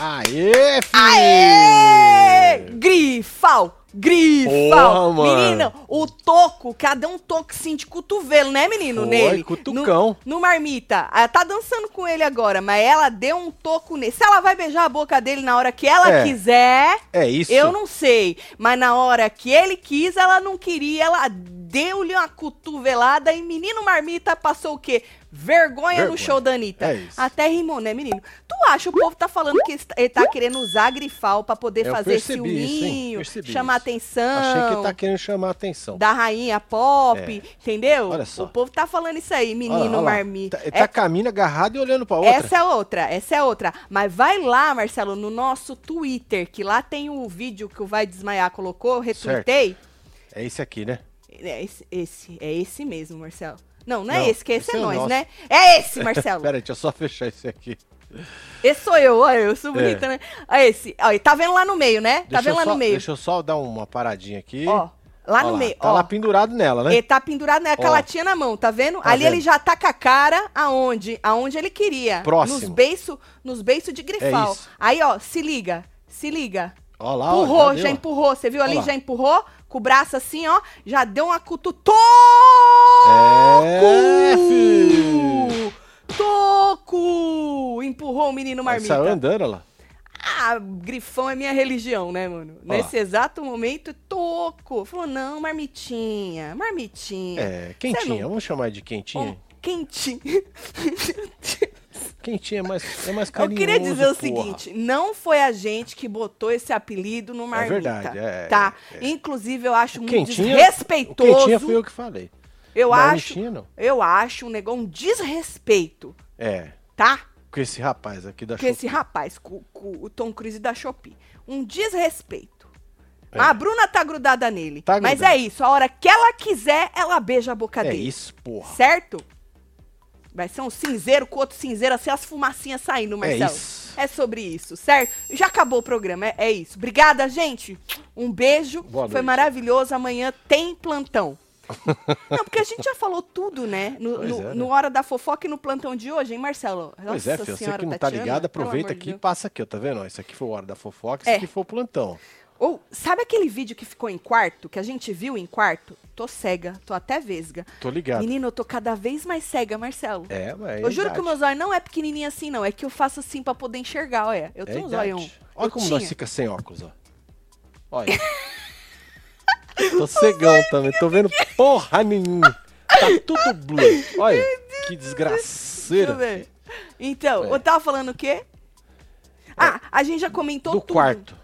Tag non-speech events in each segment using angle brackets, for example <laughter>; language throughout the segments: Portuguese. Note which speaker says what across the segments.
Speaker 1: Aê, filho!
Speaker 2: Aê! Grifal!
Speaker 1: Porra,
Speaker 2: Grifal!
Speaker 1: mano.
Speaker 2: Menina, o toco, cadê um toque assim de cotovelo, né, menino?
Speaker 1: Foi,
Speaker 2: nele.
Speaker 1: cutucão.
Speaker 2: No, no marmita. Ah, Tá dançando com ele agora, mas ela deu um toco nele. Se ela vai beijar a boca dele na hora que ela
Speaker 1: É.
Speaker 2: quiser,
Speaker 1: É isso.
Speaker 2: eu não sei. Mas na hora que ele quis, ela não queria, ela deu-lhe uma cotovelada e menino marmita passou o quê? Vergonha, no
Speaker 1: Vergonha.
Speaker 2: show da Anitta.
Speaker 1: É isso.
Speaker 2: Até rimou, né, menino? Tu acha, o povo tá falando que est- ele tá querendo usar grifal pra poder
Speaker 1: É, Eu
Speaker 2: fazer
Speaker 1: percebi isso, hein?
Speaker 2: ciúminho,
Speaker 1: Percebi
Speaker 2: chamar
Speaker 1: isso.
Speaker 2: atenção
Speaker 1: Achei que tá querendo chamar a atenção.
Speaker 2: da rainha pop, entendeu?
Speaker 1: Olha só.
Speaker 2: O povo tá falando isso aí,
Speaker 1: Olha lá,
Speaker 2: menino
Speaker 1: olha lá.
Speaker 2: marmita. É
Speaker 1: Tá, tá caminho agarrado e olhando pra outra.
Speaker 2: Essa é outra, essa é outra. Mas vai lá, Marcelo, no nosso Twitter, que lá tem o vídeo que o Vai Desmaiar colocou, eu retuitei.
Speaker 1: É esse aqui, né?
Speaker 2: É esse, esse, é esse mesmo, Marcelo. Não, não é
Speaker 1: Não,
Speaker 2: esse, que esse,
Speaker 1: esse
Speaker 2: é
Speaker 1: é o
Speaker 2: nós,
Speaker 1: nosso.
Speaker 2: né? É esse,
Speaker 1: <laughs>
Speaker 2: Marcelo.
Speaker 1: Pera aí, deixa eu só fechar esse aqui.
Speaker 2: Tá esse sou eu, olha, eu sou bonita, né? Olha esse. Olha, tá vendo lá no meio, né? tá
Speaker 1: É. Deixa eu
Speaker 2: vendo lá
Speaker 1: só-
Speaker 2: no meio.
Speaker 1: Deixa eu só dar uma paradinha aqui.
Speaker 2: Ó, lá
Speaker 1: Ó
Speaker 2: no meio,
Speaker 1: Tá
Speaker 2: ó.
Speaker 1: lá pendurado nela, né?
Speaker 2: Ele tá pendurado na
Speaker 1: Ó.
Speaker 2: calatinha na mão, tá vendo?
Speaker 1: Tá
Speaker 2: Ali ele
Speaker 1: vendo?
Speaker 2: já tá com a cara aonde? Aonde ele queria.
Speaker 1: Próximo. É
Speaker 2: Nos beiços nos beiço de grifal.
Speaker 1: isso.
Speaker 2: Aí, ó, se liga, se liga.
Speaker 1: Ó lá, ó,
Speaker 2: Empurrou, já,
Speaker 1: deu, ó.
Speaker 2: empurrou. Você viu ali?
Speaker 1: Ó lá.
Speaker 2: Já empurrou. Com o braço assim, ó. Já deu uma cututoco!
Speaker 1: É, filho.
Speaker 2: Toco! Empurrou o menino
Speaker 1: Ele Saiu
Speaker 2: marmita.
Speaker 1: andando, olha lá.
Speaker 2: Ah, grifão é minha religião, né, mano?
Speaker 1: Ó lá.
Speaker 2: Nesse exato momento, toco. Falou, não, marmitinha, marmitinha.
Speaker 1: É,
Speaker 2: Cê
Speaker 1: quentinha.
Speaker 2: não-
Speaker 1: Vamos chamar de quentinha?
Speaker 2: Quentinho.
Speaker 1: <laughs> Quentinha é mais, é mais
Speaker 2: <laughs> Eu
Speaker 1: carinhoso,
Speaker 2: queria dizer o
Speaker 1: porra.
Speaker 2: seguinte, não foi a gente que botou esse apelido no Marmita,
Speaker 1: verdade, é,
Speaker 2: tá?
Speaker 1: é.
Speaker 2: Inclusive, eu acho muito
Speaker 1: Quentinha- o
Speaker 2: um
Speaker 1: é
Speaker 2: desrespeitoso.
Speaker 1: Quentinha fui eu que falei.
Speaker 2: Eu acho,
Speaker 1: Marmitinha, não.
Speaker 2: eu acho um negócio, um desrespeito,
Speaker 1: É,
Speaker 2: tá?
Speaker 1: com esse rapaz aqui da
Speaker 2: Com esse rapaz, com, com o Tom Cruise da Shopee. Um desrespeito. A Bruna tá grudada nele.
Speaker 1: É. Tá
Speaker 2: mas
Speaker 1: grudada.
Speaker 2: é isso, a hora que ela quiser, ela beija a boca
Speaker 1: É
Speaker 2: dele.
Speaker 1: isso, porra.
Speaker 2: Certo? Vai ser um cinzeiro com outro cinzeiro, assim, as fumacinhas saindo, Marcelo.
Speaker 1: É isso.
Speaker 2: É sobre isso, certo? Já acabou o programa, é, é isso. Obrigada, gente. Um beijo.
Speaker 1: Boa
Speaker 2: Foi
Speaker 1: noite.
Speaker 2: maravilhoso. Amanhã
Speaker 1: <laughs>
Speaker 2: tem plantão. Não, porque a gente já falou tudo, né? No,
Speaker 1: Pois
Speaker 2: no-
Speaker 1: é, né?
Speaker 2: no Hora da Fofoca e no plantão de hoje, hein, Marcelo?
Speaker 1: Pois é,
Speaker 2: Nossa
Speaker 1: filho, você
Speaker 2: Senhora,
Speaker 1: que não tá
Speaker 2: Tatiana,
Speaker 1: ligado,
Speaker 2: pelo
Speaker 1: aproveita
Speaker 2: amor de
Speaker 1: aqui e
Speaker 2: Deus.
Speaker 1: passa aqui, ó, tá vendo? ó? Isso aqui foi o Hora da Fofoca, isso
Speaker 2: É.
Speaker 1: aqui foi o Plantão.
Speaker 2: Ou, sabe aquele vídeo que ficou em quarto, que a gente viu em quarto? Tô cega, tô até vesga.
Speaker 1: Tô ligado.
Speaker 2: Menino, eu tô cada vez mais cega, Marcelo.
Speaker 1: É, mas é
Speaker 2: Eu juro que o
Speaker 1: idade.
Speaker 2: meu zóio não é pequenininho assim, não. É que eu faço assim pra poder enxergar, olha. Eu
Speaker 1: É
Speaker 2: tenho um
Speaker 1: idade.
Speaker 2: zóio.
Speaker 1: Olha
Speaker 2: Eu
Speaker 1: como
Speaker 2: tinha.
Speaker 1: nós fica sem óculos, ó.
Speaker 2: <laughs>
Speaker 1: Olha. tô cegão também, tô vendo porra nenhuma. Tá tudo blue. Olha, que
Speaker 2: Deixa
Speaker 1: desgraceira.
Speaker 2: eu ver. Então,
Speaker 1: É.
Speaker 2: eu tava falando o quê? Ah, a gente já comentou
Speaker 1: Do
Speaker 2: tudo.
Speaker 1: quarto.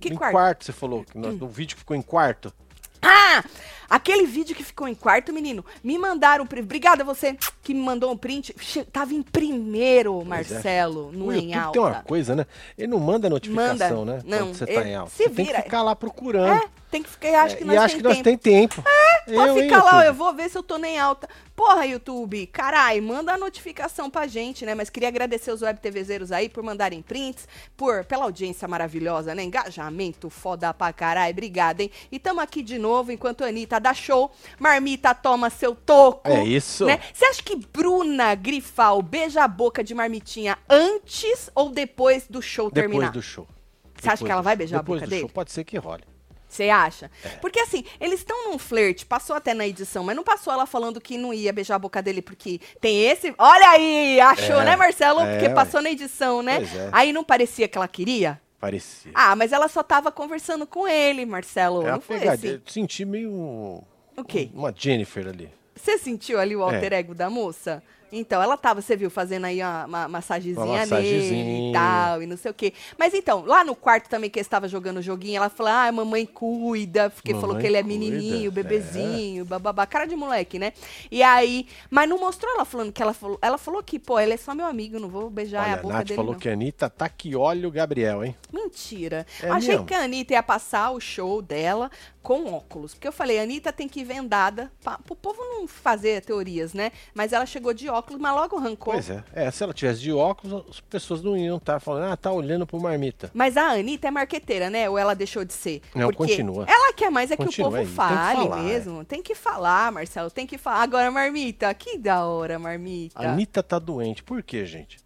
Speaker 2: Que
Speaker 1: em
Speaker 2: quarto? Hum.
Speaker 1: quarto? você falou, que nós- no vídeo que ficou em quarto.
Speaker 2: Ah! Aquele vídeo que ficou em quarto, menino. Me mandaram um print. Obrigada você que me mandou um print. Che- Tava em primeiro, Marcelo,
Speaker 1: O
Speaker 2: no é em
Speaker 1: YouTube
Speaker 2: alta.
Speaker 1: é. tem uma coisa, né? Ele não manda notificação,
Speaker 2: Manda.
Speaker 1: né?
Speaker 2: Não,
Speaker 1: quando você tá
Speaker 2: ele
Speaker 1: em alta.
Speaker 2: se
Speaker 1: você tem que
Speaker 2: vira.
Speaker 1: ficar lá procurando.
Speaker 2: É, tem que ficar. eu Acho que
Speaker 1: É,
Speaker 2: nós
Speaker 1: e acho
Speaker 2: tem
Speaker 1: que nós
Speaker 2: tempo. Ah,
Speaker 1: tem tempo. É,
Speaker 2: Pode ficar lá, ó, eu vou ver se eu tô nem alta. Porra, YouTube, carai, manda a notificação pra gente, né? Mas queria agradecer os web TVzeiros aí por mandarem prints, por pela audiência maravilhosa, né? Engajamento foda pra carai, obrigada, hein? E tamo aqui de novo enquanto a Anitta dá show, Marmita toma seu toco.
Speaker 1: É isso.
Speaker 2: né? Você acha que Bruna Grifal beija a boca de Marmitinha antes ou depois do show
Speaker 1: Depois
Speaker 2: terminar?
Speaker 1: do show.
Speaker 2: Você acha
Speaker 1: Depois
Speaker 2: que ela
Speaker 1: do
Speaker 2: vai
Speaker 1: show.
Speaker 2: beijar a
Speaker 1: Depois
Speaker 2: boca
Speaker 1: do
Speaker 2: dele?
Speaker 1: Show. Pode ser que role.
Speaker 2: Você acha?
Speaker 1: É.
Speaker 2: Porque assim, eles estão num flerte, passou até na edição, mas não passou ela falando que não ia beijar a boca dele porque tem esse. Olha aí, achou,
Speaker 1: É,
Speaker 2: né, Marcelo?
Speaker 1: é,
Speaker 2: porque
Speaker 1: ué.
Speaker 2: passou na edição, né?
Speaker 1: Pois é.
Speaker 2: Aí não parecia que ela queria?
Speaker 1: Parecia.
Speaker 2: Ah, mas ela só tava conversando com ele, Marcelo.
Speaker 1: é
Speaker 2: não
Speaker 1: uma
Speaker 2: foi
Speaker 1: pegadinha.
Speaker 2: assim.
Speaker 1: Eu senti meio. um-
Speaker 2: O quê?
Speaker 1: Uma Jennifer ali.
Speaker 2: Você sentiu ali o alter
Speaker 1: É.
Speaker 2: ego da moça? Então, ela tava, você viu, fazendo aí uma, uma massagezinha
Speaker 1: Uma
Speaker 2: nele e
Speaker 1: massagezinha.
Speaker 2: tal, e não sei o quê. Mas então, lá no quarto também que eles estavam jogando o joguinho, ela falou, ah, mamãe cuida, porque falou
Speaker 1: Mamãe
Speaker 2: que ele é
Speaker 1: cuida,
Speaker 2: menininho, bebezinho, bababá, cara de moleque, né? E aí, mas não mostrou ela falando que ela falou, ela falou que, pô, ele é só meu amigo, não vou beijar
Speaker 1: Olha,
Speaker 2: é a
Speaker 1: a
Speaker 2: boca
Speaker 1: Nath
Speaker 2: dele
Speaker 1: falou
Speaker 2: não.
Speaker 1: que a Anitta tá que olha o Gabriel, hein?
Speaker 2: Mentira.
Speaker 1: É
Speaker 2: Achei
Speaker 1: mesmo?
Speaker 2: que a Anitta ia passar o show dela com óculos. Porque eu falei, a Anitta tem que ir vendada. Pra, pro povo não fazer teorias, né? Mas ela chegou de óculos, mas logo arrancou.
Speaker 1: Pois é. É, se ela tivesse de óculos, as pessoas não iam estar falando, ah, tá olhando pro marmita.
Speaker 2: Mas a Anitta é marqueteira, né? Ou ela deixou de ser?
Speaker 1: Não,
Speaker 2: Porque
Speaker 1: continua.
Speaker 2: Ela quer mais é que
Speaker 1: Continua
Speaker 2: o povo
Speaker 1: aí, tem que
Speaker 2: fale
Speaker 1: falar, é.
Speaker 2: mesmo. Tem que falar, Marcelo. Tem que falar. Agora, Marmita, que da hora, Marmita.
Speaker 1: A Anitta tá doente. Por quê, gente?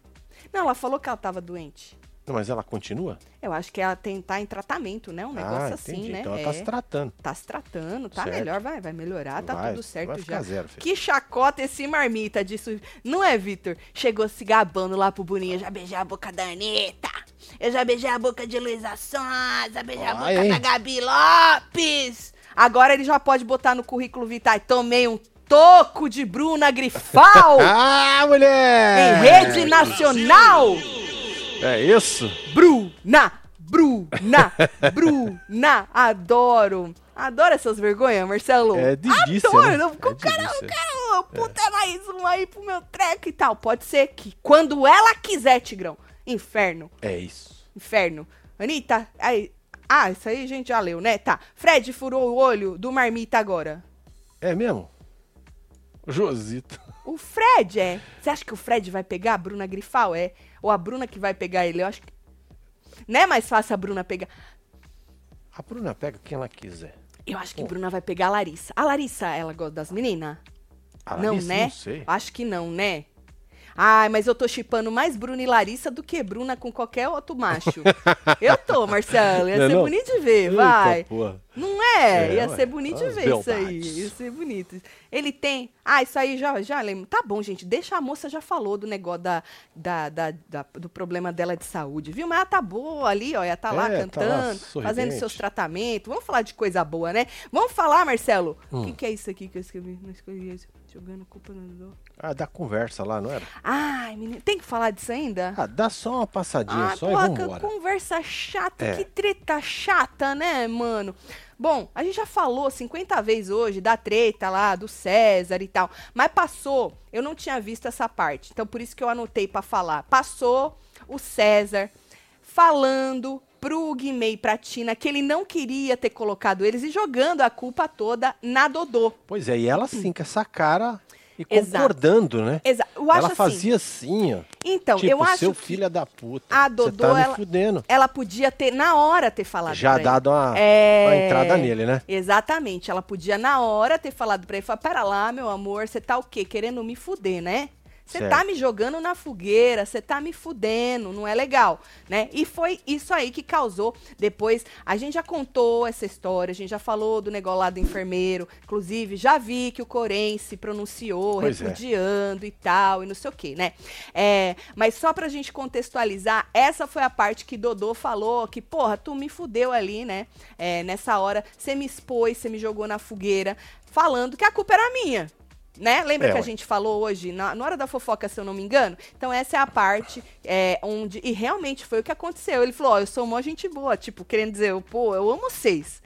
Speaker 2: Não, ela falou que ela tava doente.
Speaker 1: Não, mas ela continua?
Speaker 2: Eu acho que ela tem, tá em tratamento, né? Um negócio
Speaker 1: ah,
Speaker 2: assim,
Speaker 1: entendi.
Speaker 2: né?
Speaker 1: Então ela
Speaker 2: é,
Speaker 1: tá se tratando.
Speaker 2: tá se tratando, tá
Speaker 1: Certo.
Speaker 2: melhor, vai, vai melhorar, tá
Speaker 1: Vai,
Speaker 2: tudo certo
Speaker 1: vai ficar
Speaker 2: já.
Speaker 1: zero, filho.
Speaker 2: Que chacota esse marmita disso. Não é, Vitor? Chegou se gabando lá pro Boninho. Eu já beijei a boca da Anitta. Eu já beijei a boca de Luísa Sons. Já beijei a
Speaker 1: Ó,
Speaker 2: boca
Speaker 1: hein?
Speaker 2: da Gabi Lopes. Agora ele já pode botar no currículo Vitae. Tomei um toco de Bruna Grifal
Speaker 1: <laughs> Ah,
Speaker 2: em
Speaker 1: mulher!
Speaker 2: rede nacional.
Speaker 1: É isso?
Speaker 2: Bruna, Bruna, Bruna, adoro. Adoro essas vergonhas, Marcelo.
Speaker 1: É delícia,
Speaker 2: adoro.
Speaker 1: né? É
Speaker 2: Eu- o cara, eu
Speaker 1: delícia.
Speaker 2: quero puta mais um aí pro meu treco e tal. Pode ser que quando ela quiser, Tigrão. Inferno,
Speaker 1: É isso.
Speaker 2: inferno. Anitta, aí. Ah, isso aí a gente já leu, né? Tá. Fred furou o olho do marmita agora.
Speaker 1: É mesmo? Josito.
Speaker 2: O Fred é. Você acha que o Fred vai pegar a Bruna Grifal? É. Ou a Bruna que vai pegar ele? Eu acho que. Não é mais fácil a Bruna pegar.
Speaker 1: A Bruna pega quem ela quiser.
Speaker 2: Eu acho que
Speaker 1: Pô.
Speaker 2: Bruna vai pegar a Larissa. A Larissa, ela gosta das meninas?
Speaker 1: A
Speaker 2: Não,
Speaker 1: Larissa,
Speaker 2: né?
Speaker 1: Não sei.
Speaker 2: Acho que não, né? Ai, mas eu tô chipando mais Bruna e Larissa do que Bruna com qualquer outro
Speaker 1: <laughs>
Speaker 2: macho. eu tô, Marcelo. Ia
Speaker 1: Não é
Speaker 2: ser
Speaker 1: não?
Speaker 2: bonito de ver,
Speaker 1: Eita,
Speaker 2: vai.
Speaker 1: porra.
Speaker 2: Não é?
Speaker 1: É,
Speaker 2: Ia
Speaker 1: ué,
Speaker 2: ser bonito de
Speaker 1: as
Speaker 2: ver isso aí.
Speaker 1: beldades.
Speaker 2: Ia ser bonito. Ele tem. Ah, isso aí já, já lembro. Tá bom, gente. Deixa a moça já falou do negócio da, da- da- da- do problema dela de saúde, viu? Mas ela tá boa ali, ó. Ela tá lá
Speaker 1: É, tá lá,
Speaker 2: cantando, fazendo
Speaker 1: sorridente.
Speaker 2: seus tratamentos. Vamos falar de coisa boa, né? Vamos falar, Marcelo.
Speaker 1: Hum.
Speaker 2: O que, que é isso aqui que eu escrevi? Não escolhi isso. Jogando culpa no.
Speaker 1: Ah, dá conversa lá, não era?
Speaker 2: Ai, menino. Tem que falar disso ainda?
Speaker 1: Ah, dá só uma passadinha
Speaker 2: Ah,
Speaker 1: só
Speaker 2: porra,
Speaker 1: e
Speaker 2: que
Speaker 1: vambora.
Speaker 2: conversa chata,
Speaker 1: É.
Speaker 2: que treta chata, né, mano? Bom, a gente já falou 50 vezes hoje da treta lá, do César e tal, mas passou, eu não tinha visto essa parte, então por isso que eu anotei pra falar. Passou o César falando pro Guimê e pra Tina que ele não queria ter colocado eles e jogando a culpa toda na Dodô.
Speaker 1: Pois é, e ela sim, com essa cara e
Speaker 2: Hum. Exato.
Speaker 1: concordando, né?
Speaker 2: Exa eu acho
Speaker 1: Ela
Speaker 2: assim,
Speaker 1: fazia assim, ó.
Speaker 2: Então,
Speaker 1: tipo,
Speaker 2: eu acho
Speaker 1: seu
Speaker 2: que
Speaker 1: filho da puta.
Speaker 2: a
Speaker 1: Você
Speaker 2: Dodô,
Speaker 1: tá
Speaker 2: ela-
Speaker 1: me fudendo.
Speaker 2: ela podia ter, na hora, ter falado
Speaker 1: Já
Speaker 2: pra ele.
Speaker 1: dado uma,
Speaker 2: É.
Speaker 1: uma entrada nele, né?
Speaker 2: Exatamente. Ela podia, na hora, ter falado pra ele, falar, pera lá, meu amor, você tá o quê? Querendo me fuder, né? Você
Speaker 1: Certo.
Speaker 2: tá me jogando na fogueira, você tá me fudendo, não é legal, né? E foi isso aí que causou depois. A gente já contou essa história, a gente já falou do negócio lá do enfermeiro. Inclusive, já vi que o Corém se pronunciou,
Speaker 1: Pois é.
Speaker 2: repudiando e tal, e não sei o quê, né? É, mas só pra gente contextualizar, essa foi a parte que Dodô falou que, porra, tu me fudeu ali, né? É, nessa hora, você me expôs, você me jogou na fogueira, falando que a culpa era minha. Né? Lembra
Speaker 1: É,
Speaker 2: que a
Speaker 1: ué.
Speaker 2: gente falou hoje, na, na hora da fofoca, se eu não me engano? Então, essa é a parte é, onde. E realmente foi o que aconteceu. Ele falou: Ó, eu sou uma gente boa, tipo, querendo dizer, eu, pô, eu amo vocês.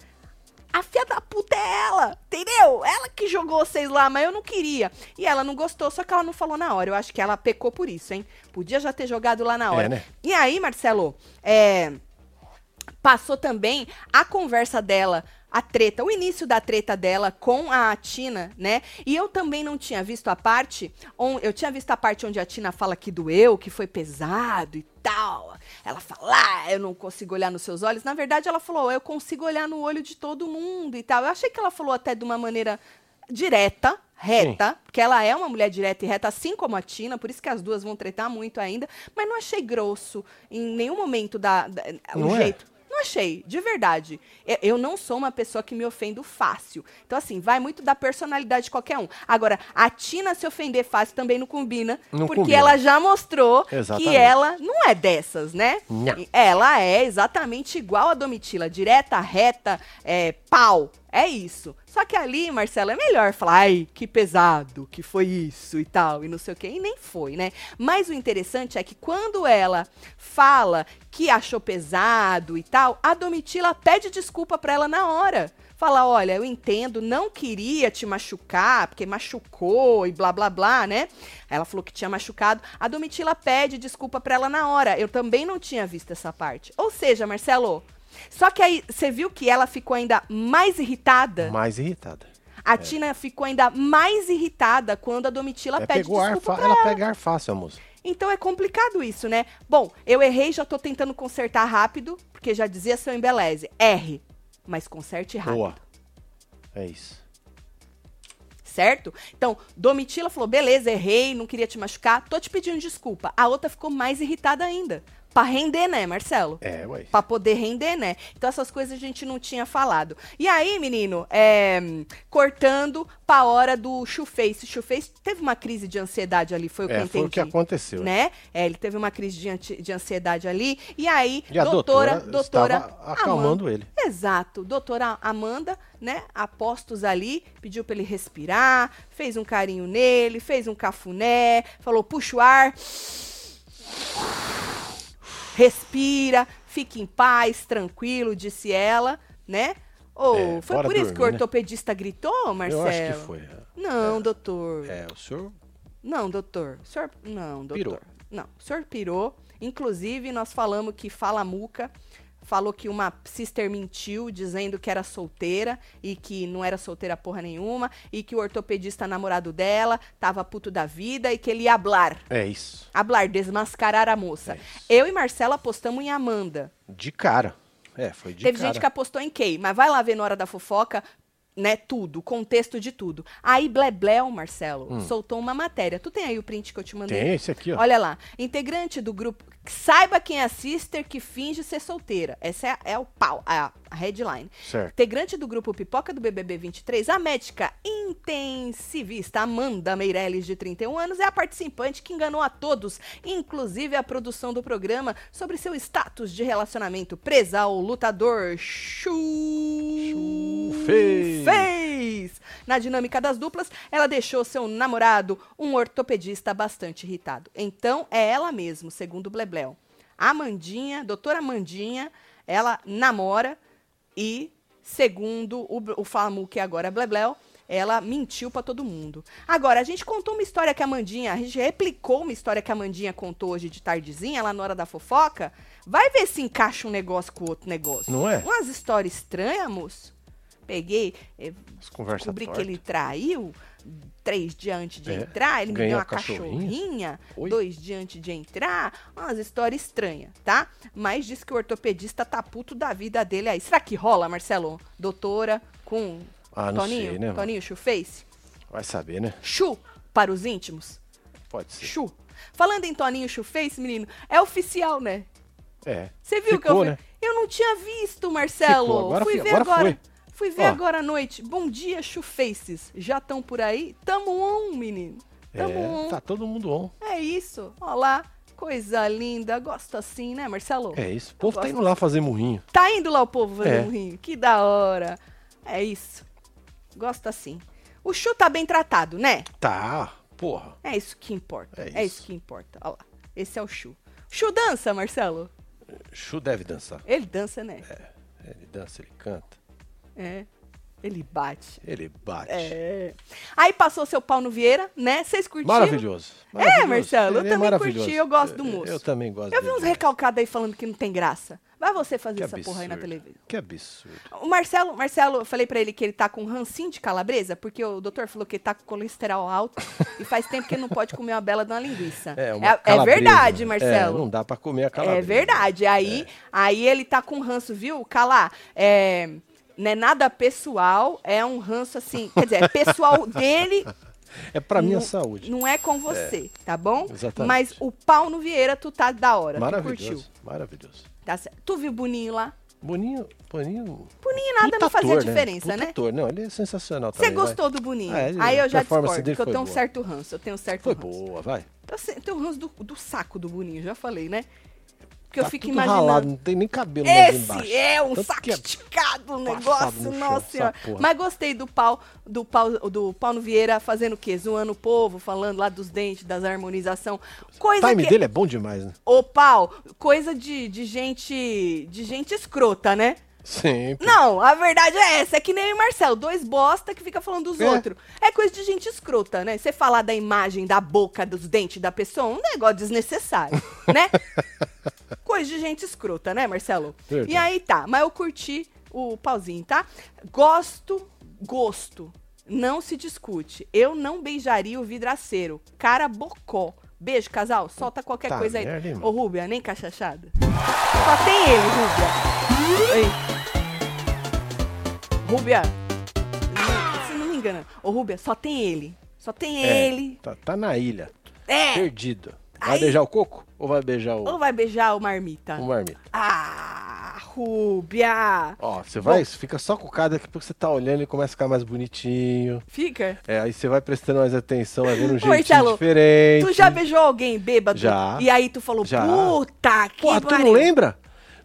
Speaker 2: A filha da puta é ela, entendeu? Ela que jogou vocês lá, mas eu não queria. E ela não gostou, só que ela não falou na hora. Eu acho que ela pecou por isso, hein? Podia já ter jogado lá na hora.
Speaker 1: É, né?
Speaker 2: E aí, Marcelo, é, passou também a conversa dela, a treta, o início da treta dela com a Tina, né? E eu também não tinha visto a parte, on, eu tinha visto a parte onde a Tina fala que doeu, que foi pesado e tal. Ela fala, ah, eu não consigo olhar nos seus olhos. Na verdade, ela falou, eu consigo olhar no olho de todo mundo e tal. Eu achei que ela falou até de uma maneira direta, reta, porque ela é uma mulher direta e reta, assim como a Tina, por isso que as duas vão tretar muito ainda, mas não achei grosso em nenhum momento da, da- o
Speaker 1: Não é?
Speaker 2: jeito. Não achei, de verdade. Eu- Eu não sou uma pessoa que me ofendo fácil. Então, assim, vai muito da personalidade de qualquer um. Agora, a Tina se ofender fácil também não combina,
Speaker 1: Não
Speaker 2: porque
Speaker 1: combina.
Speaker 2: ela já mostrou que
Speaker 1: Exatamente.
Speaker 2: ela não é dessas, né?
Speaker 1: Não.
Speaker 2: E Ela é exatamente igual a Domitila, direta, reta, é, pau. É isso. Só que ali, Marcelo, é melhor falar, ai, que pesado, que foi isso e tal, e não sei o quê. E nem foi, né? Mas o interessante é que quando ela fala que achou pesado e tal, a Domitila pede desculpa pra ela na hora. Fala, olha, eu entendo, não queria te machucar, porque machucou e blá blá blá, né? Ela falou que tinha machucado. A Domitila pede desculpa pra ela na hora. Eu também não tinha visto essa parte. Ou seja, Marcelo, só que aí você viu que ela ficou ainda mais irritada?
Speaker 1: Mais irritada.
Speaker 2: A Tina ficou ainda mais irritada quando a Domitila
Speaker 1: É,
Speaker 2: pede
Speaker 1: pegou ar
Speaker 2: desculpa
Speaker 1: fa-
Speaker 2: pra
Speaker 1: ela,
Speaker 2: ela.
Speaker 1: pega ar fácil, a moça.
Speaker 2: Então é complicado isso, né? Bom, eu errei, já tô tentando consertar rápido, porque já dizia seu embeleze. R, mas conserte rápido.
Speaker 1: Boa. É isso.
Speaker 2: Certo? Então, Domitila falou: beleza, errei, não queria te machucar, tô te pedindo desculpa. A outra ficou mais irritada ainda. Pra render, né, Marcelo?
Speaker 1: É, ué.
Speaker 2: Pra poder render, né? Então essas coisas a gente não tinha falado. E aí, menino, é, cortando pra hora do Shoeface. Shoeface teve uma crise de ansiedade ali, foi o que eu
Speaker 1: É,
Speaker 2: entendi.
Speaker 1: foi o que aconteceu.
Speaker 2: Né? É, ele teve uma crise de, anti- de ansiedade ali. E aí,
Speaker 1: E a
Speaker 2: doutora,
Speaker 1: doutora,
Speaker 2: doutora,
Speaker 1: estava acalmando ele.
Speaker 2: Amanda- Exato. Doutora Amanda, né? Apostos ali, pediu pra ele respirar, fez um carinho nele, fez um cafuné, falou: puxa o ar, respira, fique em paz, tranquilo, disse ela, né? Ou
Speaker 1: É,
Speaker 2: foi
Speaker 1: bora
Speaker 2: por isso que o
Speaker 1: dormir, né?
Speaker 2: ortopedista gritou, Marcelo?
Speaker 1: Eu acho que foi.
Speaker 2: Não, doutor.
Speaker 1: É, o senhor
Speaker 2: Não, doutor. O senhor... Não, doutor.
Speaker 1: Pirou.
Speaker 2: Não, o senhor pirou. Inclusive, nós falamos que fala muca. Falou que uma sister mentiu, dizendo que era solteira e que não era solteira porra nenhuma. E que o ortopedista namorado dela tava puto da vida e que ele ia hablar.
Speaker 1: é isso.
Speaker 2: Hablar, desmascarar a moça.
Speaker 1: É isso.
Speaker 2: Eu e Marcela apostamos em Amanda.
Speaker 1: De cara. É, foi de
Speaker 2: Teve
Speaker 1: cara.
Speaker 2: gente que apostou em Kay, mas vai lá ver na hora da fofoca, né, tudo, o contexto de tudo. Aí Blebleu, Marcelo,
Speaker 1: Hum.
Speaker 2: soltou uma matéria. Tu tem aí o print que eu te mandei?
Speaker 1: Tem esse aqui, ó.
Speaker 2: Olha lá, integrante do grupo. Saiba quem é a sister que finge ser solteira. Essa é, é o pau, a, a headline.
Speaker 1: Certo.
Speaker 2: Integrante do grupo Pipoca do BBB 23, a médica intensivista Amanda Meirelles, de 31 anos, é a participante que enganou a todos, inclusive a produção do programa, sobre seu status de relacionamento presa ao lutador Chu
Speaker 1: Fez.
Speaker 2: fez. Na dinâmica das duplas, ela deixou seu namorado, um ortopedista, bastante irritado. Então, é ela mesmo, segundo o Blebleu. A Amandinha, doutora Amandinha, ela namora e, segundo o, Bl- o Famu, que agora é Blebleu, ela mentiu pra todo mundo. Agora, a gente contou uma história que a Mandinha, a gente replicou uma história que a Mandinha contou hoje de tardezinha, lá na hora da fofoca. Vai ver se encaixa um negócio com o outro negócio.
Speaker 1: Não é?
Speaker 2: Umas histórias estranhas, moço. Peguei, eh,
Speaker 1: As conversas
Speaker 2: descobri que
Speaker 1: tortas.
Speaker 2: ele traiu três dias antes de
Speaker 1: É,
Speaker 2: entrar, ele me deu
Speaker 1: ganhou
Speaker 2: uma
Speaker 1: a cachorrinha.
Speaker 2: cachorrinha,
Speaker 1: Oi.
Speaker 2: dois dias antes de entrar, umas histórias estranhas, tá? Mas diz que o ortopedista tá puto da vida dele aí. Será que rola, Marcelo? Doutora com
Speaker 1: Ah, não
Speaker 2: Toninho?
Speaker 1: sei, né, mano?
Speaker 2: Toninho, Chuface?
Speaker 1: Vai saber, né?
Speaker 2: Chu para os íntimos?
Speaker 1: Pode ser.
Speaker 2: Chu. Falando em Toninho Chuface, menino, é oficial, né?
Speaker 1: É.
Speaker 2: Você viu que eu
Speaker 1: Ficou,
Speaker 2: fui?
Speaker 1: Né?
Speaker 2: Eu não tinha visto, Marcelo.
Speaker 1: Ficou, agora
Speaker 2: Fui
Speaker 1: fi-
Speaker 2: ver
Speaker 1: agora
Speaker 2: agora.
Speaker 1: foi.
Speaker 2: Fui ver
Speaker 1: Ó.
Speaker 2: agora à noite. Bom dia, Chufaces. Já estão por aí? Tamo on, menino. Tamo
Speaker 1: É,
Speaker 2: on.
Speaker 1: tá todo mundo on.
Speaker 2: É isso. Olá. Coisa linda. Gosto assim, né, Marcelo?
Speaker 1: É isso. O povo tá
Speaker 2: gosto.
Speaker 1: indo lá fazer murrinho.
Speaker 2: Tá indo lá o povo fazer
Speaker 1: É.
Speaker 2: um rinho. Que da hora. É isso. Gosto assim. O Chu tá bem tratado, né?
Speaker 1: Tá, porra.
Speaker 2: É isso que importa.
Speaker 1: É
Speaker 2: É isso
Speaker 1: isso.
Speaker 2: que importa. Olha lá. Esse é o Chu. Chu dança, Marcelo.
Speaker 1: Chu deve dançar.
Speaker 2: Ele dança, né?
Speaker 1: É. Ele dança, ele canta,
Speaker 2: É. Ele bate.
Speaker 1: ele bate.
Speaker 2: É. Aí passou seu pau no Vieira, né? Vocês curtiram?
Speaker 1: Maravilhoso.
Speaker 2: É,
Speaker 1: maravilhoso.
Speaker 2: Marcelo, eu
Speaker 1: Ele é
Speaker 2: também
Speaker 1: maravilhoso.
Speaker 2: curti, eu gosto do
Speaker 1: Eu-
Speaker 2: moço.
Speaker 1: Eu também gosto
Speaker 2: Eu vi
Speaker 1: dele.
Speaker 2: uns recalcados aí falando que não tem graça. Vai você fazer
Speaker 1: Que
Speaker 2: essa
Speaker 1: absurdo.
Speaker 2: porra aí na televisão.
Speaker 1: Que absurdo.
Speaker 2: O Marcelo, Marcelo, eu falei pra ele que ele tá com rancinho de calabresa, porque o doutor falou que ele tá com colesterol alto e faz tempo que ele não pode comer uma bela de uma linguiça.
Speaker 1: É, uma calabresa.
Speaker 2: verdade,
Speaker 1: É,
Speaker 2: Marcelo.
Speaker 1: não dá pra comer a calabresa.
Speaker 2: É verdade. Aí, aí ele tá com ranço, viu? Calá, é, não é nada pessoal, é um ranço assim. Quer dizer, é pessoal <laughs> dele
Speaker 1: É pra minha
Speaker 2: Não-
Speaker 1: saúde.
Speaker 2: Não é com você, tá bom?
Speaker 1: Exatamente.
Speaker 2: Mas o pau no Vieira, tu tá da hora. Tu
Speaker 1: maravilhoso.
Speaker 2: curtiu.
Speaker 1: Maravilhoso.
Speaker 2: Tá certo. Tu viu o Boninho lá?
Speaker 1: Boninho, Boninho.
Speaker 2: Boninho é nada não fazia diferença,
Speaker 1: Puta
Speaker 2: né?
Speaker 1: ator, não, ele é sensacional
Speaker 2: Você
Speaker 1: também. vai.
Speaker 2: gostou do Boninho?
Speaker 1: Ah, ele-
Speaker 2: Aí eu
Speaker 1: a
Speaker 2: já
Speaker 1: performance
Speaker 2: discordo,
Speaker 1: dele
Speaker 2: porque eu
Speaker 1: foi
Speaker 2: tenho um
Speaker 1: boa.
Speaker 2: certo ranço. Eu tenho um certo
Speaker 1: Foi
Speaker 2: ranço.
Speaker 1: boa, vai.
Speaker 2: Eu se- Eu tenho um ranço do, do saco do Boninho, já falei, né? Porque eu
Speaker 1: Tá
Speaker 2: fico
Speaker 1: tudo
Speaker 2: imaginando.
Speaker 1: ralado, não tem nem cabelo mais embaixo.
Speaker 2: Esse é um
Speaker 1: Tanto
Speaker 2: saco
Speaker 1: que é-
Speaker 2: esticado,
Speaker 1: passado no
Speaker 2: um negócio,
Speaker 1: chão,
Speaker 2: nossa
Speaker 1: essa
Speaker 2: senhora.
Speaker 1: porra.
Speaker 2: Mas gostei do pau, do pau, do Paulo Vieira fazendo o quê? Zoando o povo, falando lá dos dentes, das harmonização.
Speaker 1: O
Speaker 2: Coisa
Speaker 1: time
Speaker 2: que
Speaker 1: dele é bom demais, né?
Speaker 2: Ô, pau, coisa de, de gente. de gente escrota, né?
Speaker 1: Sempre.
Speaker 2: Não, a verdade é essa. É que nem o Marcelo, dois bosta que fica falando dos
Speaker 1: É.
Speaker 2: outros. É coisa de gente escrota, né? Você falar da imagem, da boca, dos dentes da pessoa, é um negócio desnecessário,
Speaker 1: <laughs>
Speaker 2: né? Coisa de gente escrota, né, Marcelo?
Speaker 1: Verdade.
Speaker 2: E aí tá, mas eu curti o pauzinho, tá? Gosto, gosto. Não se discute. Eu não beijaria o vidraceiro. Cara bocó. Beijo, casal. Solta qualquer
Speaker 1: Tá
Speaker 2: coisa aí.
Speaker 1: merda, hein, mano?
Speaker 2: Ô, Rubia, nem cachachada. Só tem ele, Rubia. Ei. Rubia. Não, Você não me engana. Ô, Rubia, só tem ele. Só tem
Speaker 1: É,
Speaker 2: ele.
Speaker 1: Tá, tá na ilha,
Speaker 2: É.
Speaker 1: perdido. Vai
Speaker 2: Ai.
Speaker 1: beijar o coco ou vai beijar o,
Speaker 2: Ou vai beijar o marmita?
Speaker 1: o marmita?
Speaker 2: Ah, Rúbia!
Speaker 1: Hum. Ó, você vai, fica só com o cara, daqui a pouco você tá olhando e começa a ficar mais bonitinho.
Speaker 2: Fica.
Speaker 1: É, aí você vai prestando mais atenção, vai vendo um jeitinho
Speaker 2: Marcelo,
Speaker 1: diferente.
Speaker 2: Tu já beijou alguém bêbado?
Speaker 1: Já.
Speaker 2: E aí tu falou,
Speaker 1: Já.
Speaker 2: puta que
Speaker 1: Porra, tu não
Speaker 2: pariu.
Speaker 1: lembra?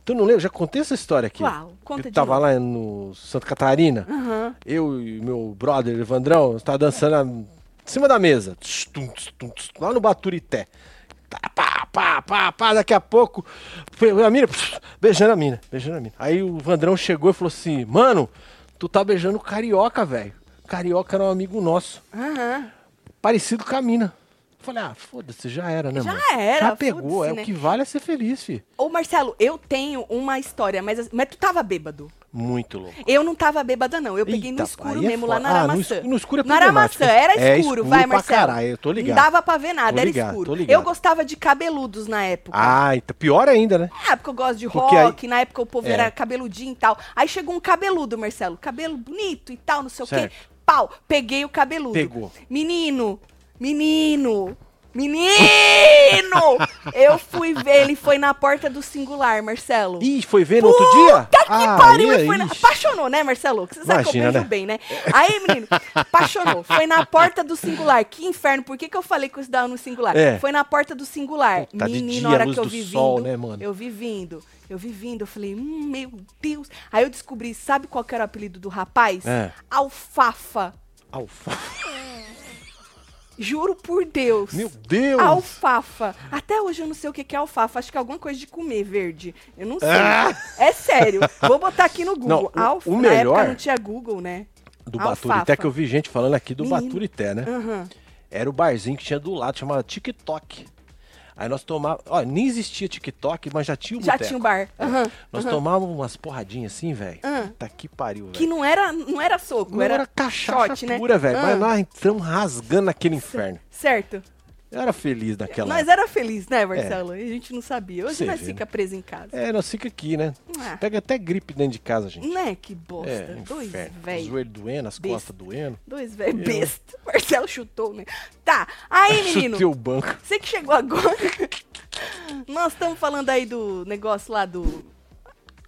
Speaker 1: Tu não lembra? Já contei essa história aqui.
Speaker 2: Qual? Conta
Speaker 1: eu
Speaker 2: de
Speaker 1: tava
Speaker 2: novo.
Speaker 1: lá no Santa Catarina,
Speaker 2: Aham.
Speaker 1: eu e meu brother Evandrão, nós tava dançando na- em cima da mesa. Tss, tum, tss, tum, tss, lá no Baturité. Tá, Pá, pá, pá, pá, daqui a pouco, pe- a mina, pss, beijando a mina, beijando a mina. Aí o Vandrão chegou e falou assim, mano, tu tá beijando o carioca, velho. Carioca era um amigo nosso
Speaker 2: Aham.
Speaker 1: parecido com a mina. Falei, ah, foda-se, já era, né,
Speaker 2: Já
Speaker 1: mano?
Speaker 2: era,
Speaker 1: Já pegou,
Speaker 2: foda-se,
Speaker 1: é
Speaker 2: né?
Speaker 1: o que vale é ser feliz, fi.
Speaker 2: Ô, Marcelo, eu tenho uma história, mas, mas tu tava bêbado.
Speaker 1: Muito louco.
Speaker 2: Eu não tava bêbada, não. Eu peguei
Speaker 1: Eita,
Speaker 2: no escuro
Speaker 1: aí é
Speaker 2: mesmo,
Speaker 1: foda.
Speaker 2: lá na
Speaker 1: Ah, no
Speaker 2: Aramaçã.
Speaker 1: escuro- no escuro é
Speaker 2: Na Aramaçã,
Speaker 1: problemático, né?
Speaker 2: era
Speaker 1: É
Speaker 2: escuro,
Speaker 1: escuro
Speaker 2: vai,
Speaker 1: pra
Speaker 2: Marcelo.
Speaker 1: caralho, eu tô ligado.
Speaker 2: Não dava pra ver nada,
Speaker 1: Tô
Speaker 2: era
Speaker 1: ligado, tô
Speaker 2: escuro.
Speaker 1: ligado.
Speaker 2: Eu gostava de cabeludos na época.
Speaker 1: Ah, então pior ainda, né?
Speaker 2: Na época eu gosto de
Speaker 1: Porque
Speaker 2: rock,
Speaker 1: aí-
Speaker 2: na época o povo
Speaker 1: É.
Speaker 2: era cabeludinho e tal. Aí chegou um cabeludo, Marcelo. Cabelo bonito e tal, não sei o quê.
Speaker 1: Certo.
Speaker 2: Pau, peguei o cabeludo.
Speaker 1: Pegou.
Speaker 2: Menino, menino,
Speaker 1: <laughs>
Speaker 2: menino! eu fui ver, ele foi na porta do singular, Marcelo.
Speaker 1: Ih, foi ver no outro dia?
Speaker 2: Puta que
Speaker 1: Ah,
Speaker 2: pariu!
Speaker 1: aí,
Speaker 2: ele foi na-
Speaker 1: ixi.
Speaker 2: Apaixonou, né, Marcelo? Que Você sabe que eu
Speaker 1: Imagina,
Speaker 2: beijo
Speaker 1: né?
Speaker 2: bem, né? Aí, menino, apaixonou. Foi na porta do singular. Que inferno, por que, que eu falei que eu estudava no singular?
Speaker 1: É.
Speaker 2: Foi na porta do singular.
Speaker 1: Puta, de
Speaker 2: menino,
Speaker 1: dia,
Speaker 2: a hora
Speaker 1: luz
Speaker 2: que eu
Speaker 1: do
Speaker 2: vi
Speaker 1: sol,
Speaker 2: vindo,
Speaker 1: né, mano?
Speaker 2: eu vi vindo, eu vi vindo, eu falei, hum, meu Deus. Aí eu descobri, sabe qual que era o apelido do rapaz?
Speaker 1: É.
Speaker 2: Alfafa.
Speaker 1: Alfa.
Speaker 2: Juro por Deus.
Speaker 1: Meu Deus!
Speaker 2: Alfafa. Até hoje eu não sei o que que é alfafa. Acho que é alguma coisa de comer verde. Eu não sei.
Speaker 1: Ah!
Speaker 2: É sério. Vou botar aqui no Google.
Speaker 1: Não, o-
Speaker 2: Alfa.
Speaker 1: o
Speaker 2: Na época
Speaker 1: melhor-
Speaker 2: não tinha Google, né?
Speaker 1: Do
Speaker 2: Alfafa.
Speaker 1: Baturité, que eu vi gente falando aqui do
Speaker 2: Menino.
Speaker 1: Baturité, né?
Speaker 2: Aham.
Speaker 1: Era o barzinho que tinha do lado, chamava TikTok. Aí nós tomávamos. Ó, nem existia TikTok, mas já tinha o
Speaker 2: Já
Speaker 1: boteco. É.
Speaker 2: tinha um bar. Aham.
Speaker 1: Nós tomávamos umas porradinhas assim, velho.
Speaker 2: Ah.
Speaker 1: Puta que pariu, velho.
Speaker 2: Que não era, não era soco,
Speaker 1: Não
Speaker 2: era,
Speaker 1: era, cachaça
Speaker 2: shot, né?
Speaker 1: pura, velho.
Speaker 2: Ah,
Speaker 1: Mas nós entramos rasgando aquele inferno.
Speaker 2: Certo.
Speaker 1: Eu era feliz naquela
Speaker 2: Nós
Speaker 1: época.
Speaker 2: era feliz,
Speaker 1: É.
Speaker 2: né, Marcelo? E a gente não sabia. Hoje
Speaker 1: Você
Speaker 2: nós
Speaker 1: vê,
Speaker 2: fica preso em casa.
Speaker 1: É, nós fica aqui, né?
Speaker 2: Ah.
Speaker 1: Pega até gripe dentro de casa, gente.
Speaker 2: Né? Que bosta.
Speaker 1: É,
Speaker 2: Dois
Speaker 1: inferno. Os
Speaker 2: velhos.
Speaker 1: joelhos doendo, as
Speaker 2: Besta.
Speaker 1: costas doendo.
Speaker 2: Dois velhos besta. <laughs> Marcelo chutou, né? Tá. Aí,
Speaker 1: <laughs>
Speaker 2: menino.
Speaker 1: Chutei o banco.
Speaker 2: Você que chegou agora. <laughs> Nós estamos falando aí do negócio lá do.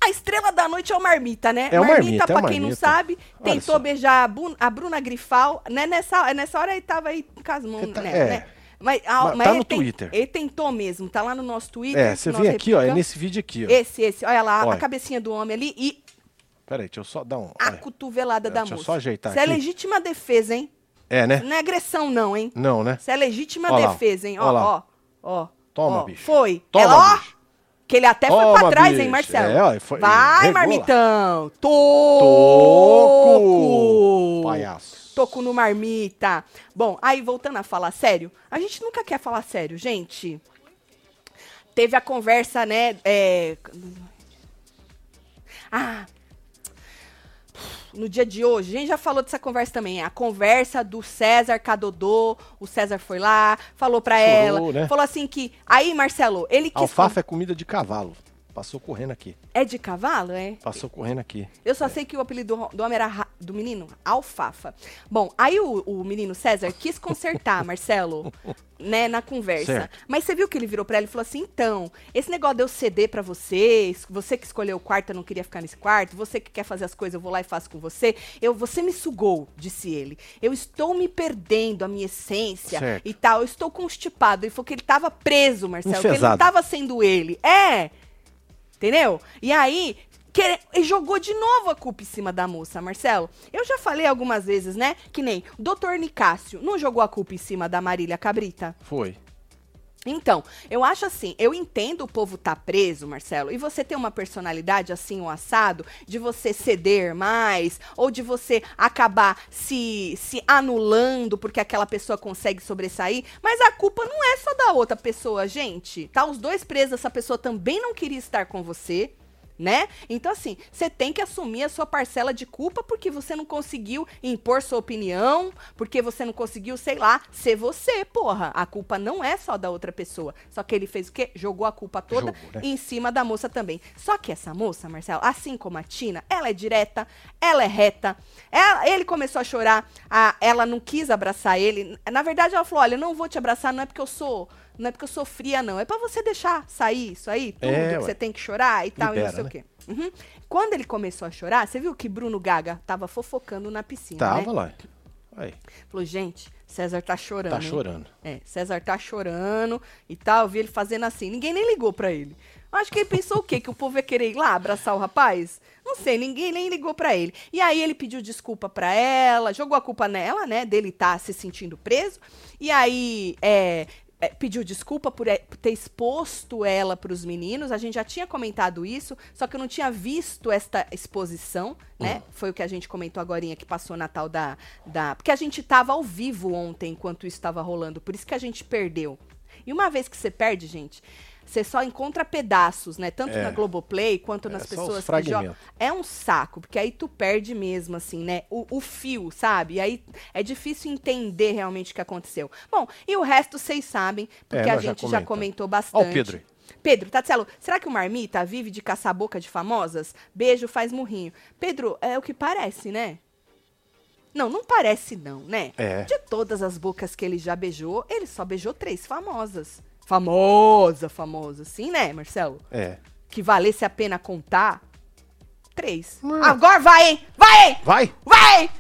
Speaker 2: A estrela da noite é o Marmita, né?
Speaker 1: É o Marmita, é o
Speaker 2: pra quem não
Speaker 1: Marmita.
Speaker 2: sabe,
Speaker 1: Olha
Speaker 2: tentou
Speaker 1: só.
Speaker 2: beijar a, Bu- a Bruna Grifal. Né? Nessa, nessa hora ele tava aí com as mãos
Speaker 1: Ele tá-
Speaker 2: nela,
Speaker 1: é.
Speaker 2: né? Mas, a-
Speaker 1: Mas
Speaker 2: mas
Speaker 1: tá
Speaker 2: ele
Speaker 1: no Twitter.
Speaker 2: Ele tentou mesmo, tá lá no nosso Twitter.
Speaker 1: É,
Speaker 2: que
Speaker 1: você
Speaker 2: nós
Speaker 1: vem aqui, ó. É
Speaker 2: replicamos.
Speaker 1: nesse vídeo aqui, ó.
Speaker 2: Esse, esse. Olha lá, a
Speaker 1: Olha.
Speaker 2: cabecinha do homem ali e
Speaker 1: Peraí, deixa eu só dar um.
Speaker 2: a
Speaker 1: olha.
Speaker 2: cotovelada
Speaker 1: É,
Speaker 2: da
Speaker 1: deixa eu
Speaker 2: moça.
Speaker 1: só ajeitar
Speaker 2: Isso é
Speaker 1: aqui.
Speaker 2: legítima defesa, hein?
Speaker 1: É, né?
Speaker 2: Não é agressão, não, hein?
Speaker 1: Não, né?
Speaker 2: Isso é legítima
Speaker 1: Ó lá,
Speaker 2: defesa, hein? Ó,
Speaker 1: ó lá.
Speaker 2: ó, ó.
Speaker 1: Toma,
Speaker 2: ó,
Speaker 1: bicho.
Speaker 2: Foi.
Speaker 1: Toma,
Speaker 2: Ela, ó,
Speaker 1: bicho.
Speaker 2: que ele até foi pra
Speaker 1: Toma,
Speaker 2: trás, hein,
Speaker 1: bicho.
Speaker 2: Marcelo?
Speaker 1: É, ó, foi-
Speaker 2: Vai,
Speaker 1: regula.
Speaker 2: marmitão.
Speaker 1: Toco!
Speaker 2: Toco!
Speaker 1: Palhaço.
Speaker 2: Toco no marmita. Bom, aí voltando a falar sério, a gente nunca quer falar sério, gente. Teve a conversa, né? é, Ah, no dia de hoje, a gente já falou dessa conversa também, a conversa do César Cadodô, o César foi lá, falou pra
Speaker 1: Chorou,
Speaker 2: ela,
Speaker 1: né?
Speaker 2: falou assim que, aí Marcelo, ele quis...
Speaker 1: Alfafa é comida de cavalo. Passou correndo aqui.
Speaker 2: É de cavalo, é?
Speaker 1: Passou correndo aqui.
Speaker 2: Eu só sei que o apelido do- do homem era Ra- do menino, Alfafa. Bom, aí o, o menino César
Speaker 1: <laughs>
Speaker 2: quis consertar, Marcelo, né, na conversa.
Speaker 1: Certo.
Speaker 2: Mas você viu que ele virou pra ela e falou assim: então, esse negócio de eu ceder pra você, es- você que escolheu o quarto, eu não queria ficar nesse quarto, você que quer fazer as coisas, eu vou lá e faço com você. Eu, você me sugou, disse ele. Eu estou me perdendo a minha essência
Speaker 1: Certo.
Speaker 2: e tal, eu estou constipado. Ele falou que ele tava preso, Marcelo, que ele não
Speaker 1: Enfesado.
Speaker 2: tava sendo ele. É! Entendeu? E aí, que, e jogou de novo a culpa em cima da moça, Marcelo. Eu já falei algumas vezes, né? Que nem o doutor Nicásio não jogou a culpa em cima da Marília Cabrita.
Speaker 1: Foi.
Speaker 2: Então, eu acho assim, eu entendo o povo tá preso, Marcelo, e você ter uma personalidade assim, o assado, de você ceder mais, ou de você acabar se, se anulando porque aquela pessoa consegue sobressair, mas a culpa não é só da outra pessoa, gente. Tá os dois presos, essa pessoa também não queria estar com você. Né? Então, assim, você tem que assumir a sua parcela de culpa porque você não conseguiu impor sua opinião, porque você não conseguiu, sei lá, ser você, porra. A culpa não é só da outra pessoa. Só que ele fez o quê? Jogou a culpa toda
Speaker 1: Jogou, né?
Speaker 2: em cima da moça também. Só que essa moça, Marcelo, assim como a Tina, ela é direta, ela é reta. Ela- ele começou a chorar, a- ela não quis abraçar ele. Na verdade, ela falou: olha, eu não vou te abraçar, não é porque eu sou. Não é porque eu sofria, não. É pra você deixar sair isso aí, tudo
Speaker 1: É,
Speaker 2: que
Speaker 1: ué.
Speaker 2: você tem que chorar e tal, e não
Speaker 1: Libera,
Speaker 2: sei o
Speaker 1: né?
Speaker 2: quê. Uhum. Quando ele começou a chorar, você viu que Bruno Gaga tava fofocando na piscina, né?
Speaker 1: Tava lá. Aí,
Speaker 2: Falou, gente, César tá chorando.
Speaker 1: tá
Speaker 2: hein?
Speaker 1: chorando.
Speaker 2: É, César tá chorando e tal. Eu vi ele fazendo assim. Ninguém nem ligou pra ele. Acho que ele pensou o quê? Que o povo ia querer ir lá abraçar o rapaz? Não sei, ninguém nem ligou pra ele. E aí ele pediu desculpa pra ela, jogou a culpa nela, né? Dele tá se sentindo preso. E aí, é, é, pediu desculpa por é, por ter exposto ela pros meninos. A gente já tinha comentado isso, só que eu não tinha visto esta exposição, né?
Speaker 1: Hum.
Speaker 2: Foi o que a gente comentou agorinha que passou o Natal da, da. Porque a gente tava ao vivo ontem enquanto isso estava rolando, por isso que a gente perdeu. E uma vez que você perde, gente, você só encontra pedaços, né? Tanto
Speaker 1: É.
Speaker 2: na Globoplay quanto nas
Speaker 1: só os
Speaker 2: pessoas que
Speaker 1: fragmentos.
Speaker 2: jogam. É um saco, porque aí tu perde mesmo, assim, né? O, o fio, sabe? E aí é difícil entender realmente o que aconteceu. Bom, e o resto vocês sabem, porque
Speaker 1: É,
Speaker 2: a
Speaker 1: nós já
Speaker 2: gente já
Speaker 1: comentamos.
Speaker 2: comentou
Speaker 1: Ó,
Speaker 2: bastante.
Speaker 1: o Pedro. aí.
Speaker 2: Pedro, Tatielo, será que o Marmita vive de caçar boca de famosas? Beijo faz murrinho. Pedro, é o que parece, né? Não, não parece não, né?
Speaker 1: É.
Speaker 2: De todas as bocas que ele já beijou, ele só beijou três famosas. Famosa, famosa, sim, né, Marcelo?
Speaker 1: É.
Speaker 2: Que valesse a pena contar. Três.
Speaker 1: Hum.
Speaker 2: Agora vai, hein? Vai, hein?
Speaker 1: Vai!
Speaker 2: Vai! hein?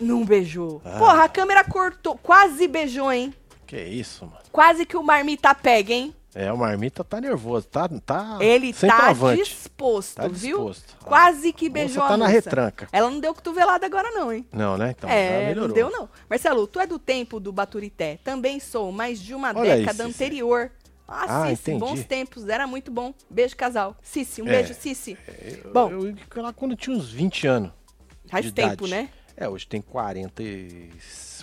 Speaker 2: Não beijou.
Speaker 1: Ah.
Speaker 2: Porra, a câmera cortou. Quase beijou, hein?
Speaker 1: Que isso, mano.
Speaker 2: Quase que o Marmita pega, hein?
Speaker 1: É, o Marmita tá nervoso, tá? tá
Speaker 2: Ele
Speaker 1: sem
Speaker 2: tá
Speaker 1: travante.
Speaker 2: disposto,
Speaker 1: Tá
Speaker 2: viu?
Speaker 1: disposto.
Speaker 2: Quase que
Speaker 1: A
Speaker 2: beijou
Speaker 1: moça tá
Speaker 2: a
Speaker 1: na
Speaker 2: moça.
Speaker 1: retranca.
Speaker 2: Ela não deu cotovelada agora não, hein?
Speaker 1: Não, né? Então, já
Speaker 2: é,
Speaker 1: melhorou.
Speaker 2: não deu não. Marcelo, tu é do tempo do Baturité. Também sou, mas de uma
Speaker 1: Olha aí,
Speaker 2: década
Speaker 1: Cici.
Speaker 2: anterior. Ah,
Speaker 1: Ah,
Speaker 2: Cici,
Speaker 1: entendi.
Speaker 2: bons tempos, era muito bom. Beijo, casal. Cici, um
Speaker 1: É.
Speaker 2: beijo, Cici. Bom,
Speaker 1: Bom, eu, eu, lá quando eu tinha uns 20 anos.
Speaker 2: faz
Speaker 1: de
Speaker 2: tempo,
Speaker 1: idade.
Speaker 2: né?
Speaker 1: É, hoje tem 40 e...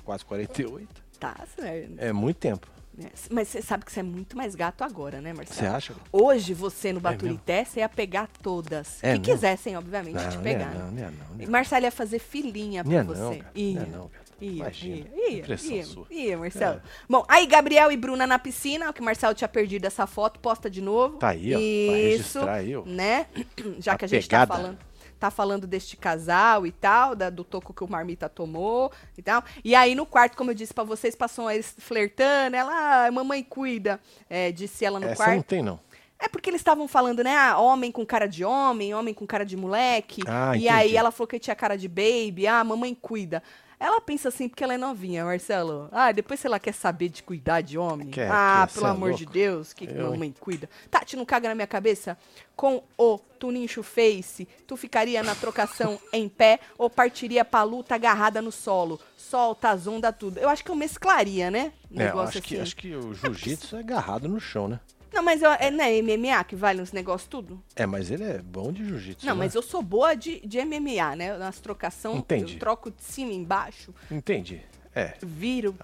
Speaker 1: quase 48.
Speaker 2: Tá certo.
Speaker 1: É muito tempo.
Speaker 2: né? Mas você sabe que você é muito mais gato agora, né, Marcelo?
Speaker 1: Você acha?
Speaker 2: Hoje você no Baturité, você ia pegar todas.
Speaker 1: É
Speaker 2: que
Speaker 1: mesmo?
Speaker 2: quisessem, obviamente, te
Speaker 1: não,
Speaker 2: pegar. né?
Speaker 1: é não, não, é não, não. é
Speaker 2: Marcelo ia fazer filhinha pra
Speaker 1: Não é
Speaker 2: você.
Speaker 1: não, cara.
Speaker 2: Ia.
Speaker 1: Não é não, cara.
Speaker 2: Ia,
Speaker 1: Imagina.
Speaker 2: ia, ia,
Speaker 1: Impressão
Speaker 2: ia,
Speaker 1: sua. É.
Speaker 2: ia, Marcelo. Bom, aí Gabriel e Bruna na piscina, que o Marcelo tinha perdido essa foto, posta de novo.
Speaker 1: Tá aí, ó, pra
Speaker 2: Isso,
Speaker 1: registrar aí, ó.
Speaker 2: né? <clears throat> Já
Speaker 1: A
Speaker 2: que a gente tá
Speaker 1: pegada.
Speaker 2: falando, tá falando deste casal e tal, da- do toco que o Marmita tomou e tal. E aí no quarto, como eu disse pra vocês, passou eles flertando, ela, ah, mamãe cuida, é, disse ela no
Speaker 1: Essa
Speaker 2: quarto.
Speaker 1: não tem, não.
Speaker 2: É porque eles estavam falando, né? Ah, homem com cara de homem, homem com cara de moleque.
Speaker 1: Ah,
Speaker 2: e
Speaker 1: entendi.
Speaker 2: aí ela falou que tinha cara de baby. Ah, mamãe cuida. Ela pensa assim porque ela é novinha, Marcelo. Ah, depois se ela quer saber de cuidar de homem.
Speaker 1: Quer,
Speaker 2: ah,
Speaker 1: quer,
Speaker 2: pelo
Speaker 1: cê é
Speaker 2: amor de
Speaker 1: louco.
Speaker 2: Deus, que, que
Speaker 1: Eu, hein?
Speaker 2: mamãe cuida. Tati, não caga na minha cabeça? Com o Tunincho Face, tu ficaria na trocação <laughs> em pé ou partiria pra luta agarrada no solo? Solta as ondas, tudo. Eu acho que eu mesclaria, né? Um
Speaker 1: É, eu
Speaker 2: negócio
Speaker 1: acho, que,
Speaker 2: assim.
Speaker 1: acho que o jiu-jitsu é agarrado no chão, né?
Speaker 2: Não, mas eu, é, não é MMA que vale uns negócios tudo?
Speaker 1: É, mas ele é bom de jiu-jitsu.
Speaker 2: Não,
Speaker 1: né?
Speaker 2: mas eu sou boa de, de MMA, né? Nas trocação,
Speaker 1: Entendi.
Speaker 2: eu troco de cima e embaixo,
Speaker 1: Entendi. É,
Speaker 2: viro.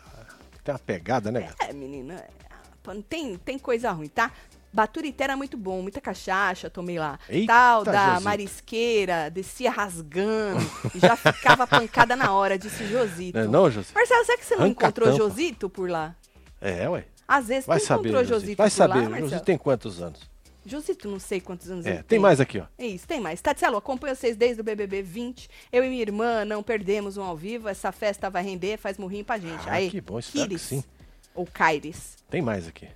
Speaker 1: tem uma pegada, né, cara?
Speaker 2: É, menina, é, pô, não tem, tem coisa ruim, tá? Baturité era muito bom, muita cachaça, tomei lá.
Speaker 1: Eita,
Speaker 2: Tal da
Speaker 1: Josito.
Speaker 2: marisqueira, descia rasgando, e já ficava pancada na hora, disse Josito.
Speaker 1: Não é não, José?
Speaker 2: Marcelo, será que você não
Speaker 1: Arranca a
Speaker 2: encontrou
Speaker 1: tampa.
Speaker 2: Josito por lá?
Speaker 1: É, ué.
Speaker 2: Às vezes
Speaker 1: Vai
Speaker 2: tu
Speaker 1: saber,
Speaker 2: encontrou
Speaker 1: Josito.
Speaker 2: Josito
Speaker 1: Vai
Speaker 2: por lá,
Speaker 1: saber, o
Speaker 2: Marcelo?
Speaker 1: Josito tem quantos anos?
Speaker 2: Josito, não sei quantos anos ele
Speaker 1: É, tem mais aqui, ó.
Speaker 2: É isso, tem mais. Tatielo, acompanho vocês desde o BBB 20. Eu e minha irmã não perdemos um ao vivo. Essa festa vai render, faz murrinho pra gente.
Speaker 1: Ah,
Speaker 2: Aí,
Speaker 1: que bom, espero que
Speaker 2: Kyris,
Speaker 1: sim.
Speaker 2: Ou Kairis.
Speaker 1: Tem mais aqui.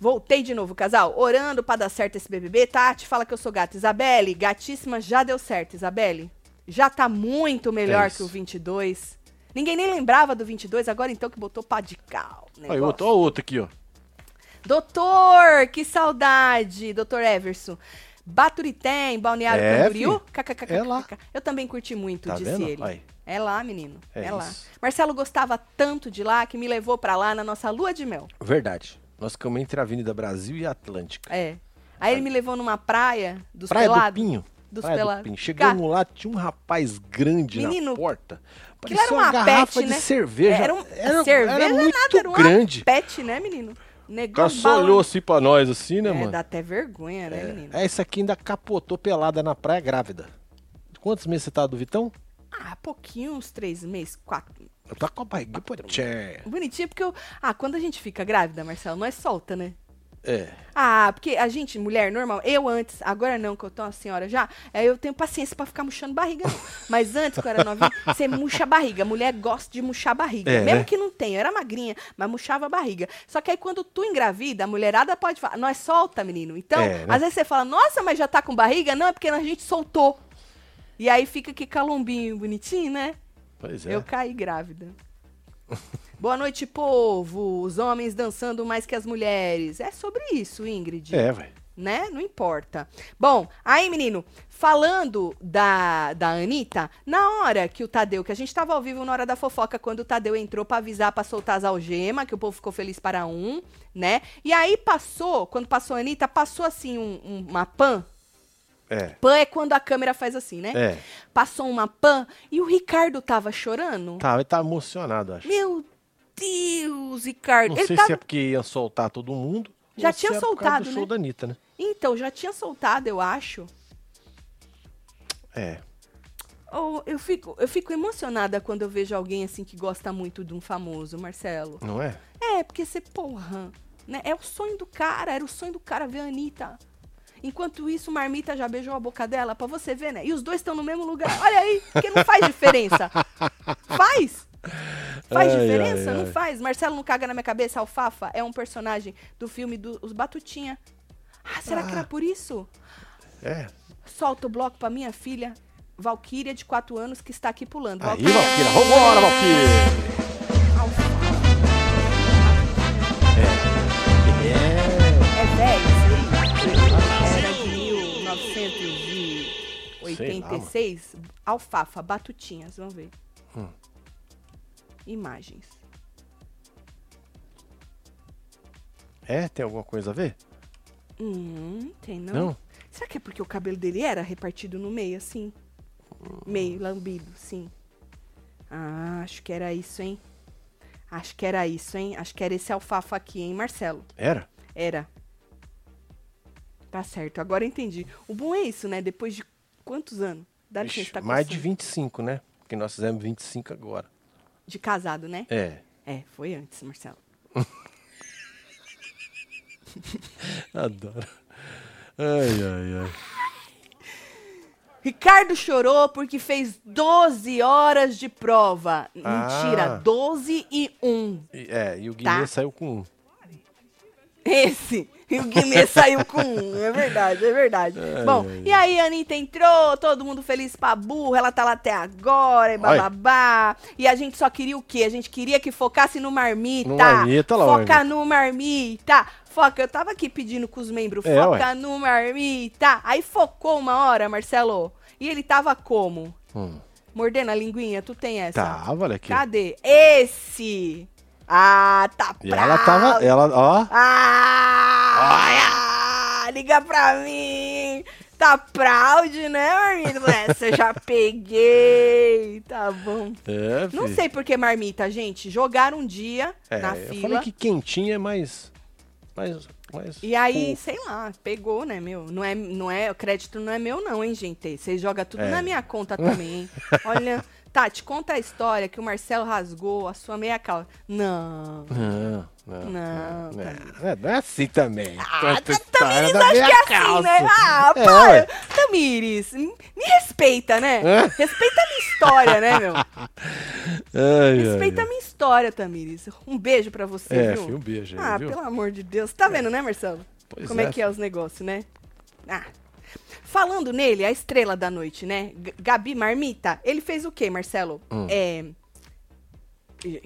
Speaker 2: Voltei de novo, casal. Orando pra dar certo esse BBB. Tati fala que eu sou gata. Isabelle, gatíssima, já deu certo, Isabelle. Já tá muito melhor
Speaker 1: É isso.
Speaker 2: que o 22. Ninguém nem lembrava do 22, agora então que botou pá de cal.
Speaker 1: Olha
Speaker 2: negócio.
Speaker 1: outro, ó outro aqui, ó.
Speaker 2: Doutor, que saudade, doutor Everson. Baturité, em Balneário
Speaker 1: É,
Speaker 2: Camboriú.
Speaker 1: filho.
Speaker 2: KKKKK.
Speaker 1: É lá.
Speaker 2: Eu também curti muito,
Speaker 1: Tá
Speaker 2: disse
Speaker 1: vendo?
Speaker 2: ele.
Speaker 1: Aí.
Speaker 2: É lá, menino. É,
Speaker 1: É
Speaker 2: lá.
Speaker 1: isso.
Speaker 2: Marcelo gostava tanto de lá que me levou pra lá na nossa lua de mel.
Speaker 1: Verdade. Nós ficamos entre a Avenida Brasil e a Atlântica.
Speaker 2: É. Aí ele me levou numa praia dos
Speaker 1: Praia do
Speaker 2: pelados.
Speaker 1: Pinho.
Speaker 2: Dos
Speaker 1: Praia
Speaker 2: pelados.
Speaker 1: do Pinho. Chegamos lá, tinha um rapaz grande
Speaker 2: Menino,
Speaker 1: na porta.
Speaker 2: aquilo era
Speaker 1: Parecia
Speaker 2: um
Speaker 1: uma
Speaker 2: apete,
Speaker 1: garrafa
Speaker 2: né?
Speaker 1: de cerveja.
Speaker 2: Era um- cerveja
Speaker 1: era muito
Speaker 2: nada, era um
Speaker 1: grande.
Speaker 2: pet, né, menino?
Speaker 1: O
Speaker 2: Negão
Speaker 1: cara só olhou assim pra nós, assim, né,
Speaker 2: balan- É,
Speaker 1: mano?
Speaker 2: dá até vergonha, né, menino?
Speaker 1: É, essa aqui ainda capotou pelada na praia grávida. Quantos meses você tá do Vitão?
Speaker 2: Ah, pouquinho, uns três meses, quatro.
Speaker 1: Eu tô com a barriga, pô. Tchê.
Speaker 2: Bonitinho, porque eu... Ah, quando a gente fica grávida, Marcelo, nós solta, né?
Speaker 1: É.
Speaker 2: Ah, porque a gente, mulher normal, eu antes, agora não, que eu tô uma senhora já, é, eu tenho paciência pra ficar murchando barriga, não. Mas antes, quando eu era
Speaker 1: <laughs>
Speaker 2: novinha, você murcha a barriga. Mulher gosta de murchar a barriga.
Speaker 1: É,
Speaker 2: Mesmo
Speaker 1: né?
Speaker 2: que não tenha, eu era magrinha, mas murchava a barriga. Só que aí quando tu engravida, a mulherada pode falar, nós solta, menino. Então,
Speaker 1: É, né?
Speaker 2: às vezes você fala, nossa, mas já tá com barriga? Não, é porque a gente soltou. E aí fica que calombinho bonitinho, né?
Speaker 1: Pois é.
Speaker 2: Eu caí
Speaker 1: <laughs>
Speaker 2: grávida. Boa noite, povo. Os homens dançando mais que as mulheres. É sobre isso, Ingrid.
Speaker 1: É, velho.
Speaker 2: Né? Não importa. Bom, aí, menino, falando da, da Anitta, na hora que o Tadeu, que a gente tava ao vivo na hora da fofoca, quando o Tadeu entrou pra avisar, pra soltar as algemas, que o povo ficou feliz para um, né? E aí passou, quando passou a Anitta, passou assim um- um- uma pan.
Speaker 1: É.
Speaker 2: Pan é quando a câmera faz assim, né?
Speaker 1: É.
Speaker 2: Passou uma pan e o Ricardo tava chorando.
Speaker 1: Tá, ele tá emocionado, acho.
Speaker 2: Meu Deus, Ricardo.
Speaker 1: Não
Speaker 2: ele
Speaker 1: sei
Speaker 2: tava...
Speaker 1: se é porque ia soltar todo mundo.
Speaker 2: Já
Speaker 1: ou se
Speaker 2: tinha
Speaker 1: é por causa
Speaker 2: soltado,
Speaker 1: do show
Speaker 2: né?
Speaker 1: da Anitta, né?
Speaker 2: Então, já tinha soltado, eu acho.
Speaker 1: É.
Speaker 2: Oh, eu, fico, eu fico emocionada quando eu vejo alguém assim que gosta muito de um famoso, Marcelo.
Speaker 1: Não é?
Speaker 2: É, porque você, porra, né? É o sonho do cara, era o sonho do cara ver a Anitta. Enquanto isso, Marmita já beijou a boca dela, pra você ver, né? E os dois estão no mesmo lugar. Olha aí, porque não faz diferença. Faz? Faz
Speaker 1: Ai,
Speaker 2: diferença?
Speaker 1: ai,
Speaker 2: não
Speaker 1: ai.
Speaker 2: faz. Marcelo não caga na minha cabeça. Alfafa é um personagem do filme dos Batutinha. Ah, será que era por isso?
Speaker 1: É.
Speaker 2: Solta o bloco pra minha filha, Valquíria, de 4 anos, que está aqui pulando.
Speaker 1: Aí,
Speaker 2: Valquíria.
Speaker 1: Valquíria. Vambora, Valquíria. É.
Speaker 2: É 10, isso
Speaker 1: Sei
Speaker 2: aí?
Speaker 1: lá, Hum.
Speaker 2: Era de 1986. Alfafa, batutinhas, vamos ver. Imagens.
Speaker 1: É. É, tem alguma coisa a ver?
Speaker 2: Hum, tem não.
Speaker 1: Não?
Speaker 2: Será que é porque o cabelo dele era repartido no meio, assim? Meio lambido, sim. Ah, acho que era isso, hein? Acho que era isso, hein? Acho que era esse alfafa aqui, hein, Marcelo?
Speaker 1: Era?
Speaker 2: Era. Tá certo, agora eu entendi. O bom é isso, né? Depois de quantos anos? Dá
Speaker 1: Ixi,
Speaker 2: licença, tá
Speaker 1: mais de
Speaker 2: coçando.
Speaker 1: 25, né? Porque nós fizemos 25 agora.
Speaker 2: De casado, né?
Speaker 1: É.
Speaker 2: É, foi antes, Marcelo.
Speaker 1: Adoro. Ai, ai, ai.
Speaker 2: Ricardo chorou porque fez 12 horas de prova.
Speaker 1: Ah.
Speaker 2: Mentira, 12 e 1.
Speaker 1: E- É, e o
Speaker 2: Tá.
Speaker 1: Guilherme saiu com um.
Speaker 2: Esse. E
Speaker 1: <laughs>
Speaker 2: o Guimê saiu com um. É verdade, é verdade. Bom, e aí a Anitta entrou, todo mundo feliz pra burro, ela tá lá até agora, e bababá. E a gente só queria o quê? A gente queria que focasse no marmita.
Speaker 1: No marmita, lógico.
Speaker 2: Foca no marmita. Foca, eu tava aqui pedindo com os membros,
Speaker 1: É,
Speaker 2: foca
Speaker 1: ué.
Speaker 2: no marmita. Aí focou uma hora, Marcelo. E ele tava como?
Speaker 1: Hum.
Speaker 2: Mordendo a linguinha, tu tem essa?
Speaker 1: Tava, olha Tá, aqui.
Speaker 2: Cadê? Esse! Ah, tá
Speaker 1: E ela tava. Ela, ó.
Speaker 2: Ah! Liga pra mim! Tá proud, né, Marmita? Essa eu já peguei, tá bom.
Speaker 1: É,
Speaker 2: Não
Speaker 1: fi.
Speaker 2: sei por que Marmita, gente. Jogaram um dia
Speaker 1: É,
Speaker 2: na
Speaker 1: eu
Speaker 2: fila.
Speaker 1: falei que quentinha é mais. Mais. mais
Speaker 2: E aí,
Speaker 1: pouco.
Speaker 2: sei lá, pegou, né, meu? Não é, não é, o crédito não é meu não, hein, gente? Vocês jogam tudo
Speaker 1: É.
Speaker 2: na minha conta também, hein? Olha, Tati, conta a história que o Marcelo rasgou a sua meia calça. Não.
Speaker 1: Não, não.
Speaker 2: Não, tá.
Speaker 1: Não, é, não é assim também.
Speaker 2: Ah,
Speaker 1: Conta a
Speaker 2: Tam- Tamires,
Speaker 1: da
Speaker 2: acho que
Speaker 1: minha
Speaker 2: é assim,
Speaker 1: calça.
Speaker 2: né? Ah,
Speaker 1: É,
Speaker 2: para!
Speaker 1: ué.
Speaker 2: Tamires, m- me respeita, né?
Speaker 1: Hã?
Speaker 2: Respeita a minha história, né,
Speaker 1: <laughs>
Speaker 2: meu?
Speaker 1: Ai, ai,
Speaker 2: Respeita a
Speaker 1: ai.
Speaker 2: minha história, Tamires. Um beijo pra você,
Speaker 1: É,
Speaker 2: viu?
Speaker 1: filho, um beijo aí,
Speaker 2: Ah,
Speaker 1: viu? É.
Speaker 2: pelo amor de Deus. Tá vendo, né, Marcelo?
Speaker 1: Pois
Speaker 2: Como é.
Speaker 1: é,
Speaker 2: que é os negócios, né? Ah. Falando nele, a estrela da noite, né? G- Gabi Marmita, ele fez o quê, Marcelo?
Speaker 1: Hum.
Speaker 2: É.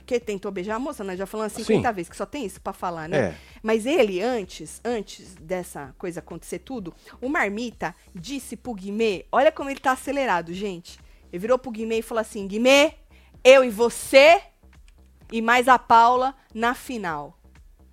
Speaker 2: Que tentou beijar a moça, né? Já falando assim
Speaker 1: Sim.
Speaker 2: 50 vezes, que só tem isso pra falar, né?
Speaker 1: É.
Speaker 2: Mas ele, antes, antes dessa coisa acontecer tudo, o Marmita disse pro Guimê, olha como ele tá acelerado, gente. Ele virou pro Guimê e falou assim, Guimê, eu e você e mais a Paula na final.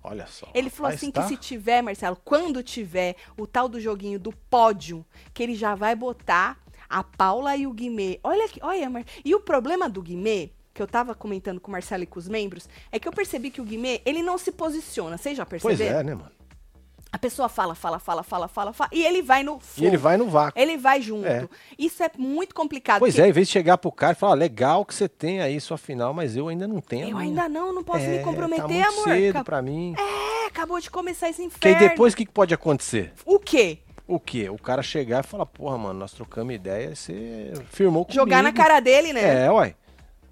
Speaker 1: Olha só.
Speaker 2: Ele falou
Speaker 1: rapaz,
Speaker 2: assim
Speaker 1: tá?
Speaker 2: que se tiver, Marcelo, quando tiver o tal do joguinho do pódio, que ele já vai botar a Paula e o Guimê. Olha que, olha, Mar... e o problema do Guimê, que eu tava comentando com o Marcelo e com os membros, é que eu percebi que o Guimê, ele não se posiciona, vocês já perceberam?
Speaker 1: Pois é, né, mano?
Speaker 2: A pessoa fala, fala, fala, fala, fala, fala, e ele vai no
Speaker 1: E ele vai no vácuo.
Speaker 2: Ele vai junto.
Speaker 1: É.
Speaker 2: Isso é muito complicado.
Speaker 1: Pois
Speaker 2: porque
Speaker 1: é, em vez de chegar pro cara e falar, ó, legal que você tem aí sua final, mas eu ainda não tenho. a
Speaker 2: Eu
Speaker 1: minha.
Speaker 2: ainda não, não posso
Speaker 1: É,
Speaker 2: me comprometer,
Speaker 1: tá muito
Speaker 2: amor.
Speaker 1: cedo
Speaker 2: Cap-
Speaker 1: pra mim.
Speaker 2: É, acabou de começar esse
Speaker 1: Porque
Speaker 2: inferno.
Speaker 1: depois o que que pode acontecer?
Speaker 2: O quê?
Speaker 1: O quê? O cara chegar e falar, porra, mano, nós trocamos ideia, você firmou comigo.
Speaker 2: Jogar na cara dele, né?
Speaker 1: É, uai.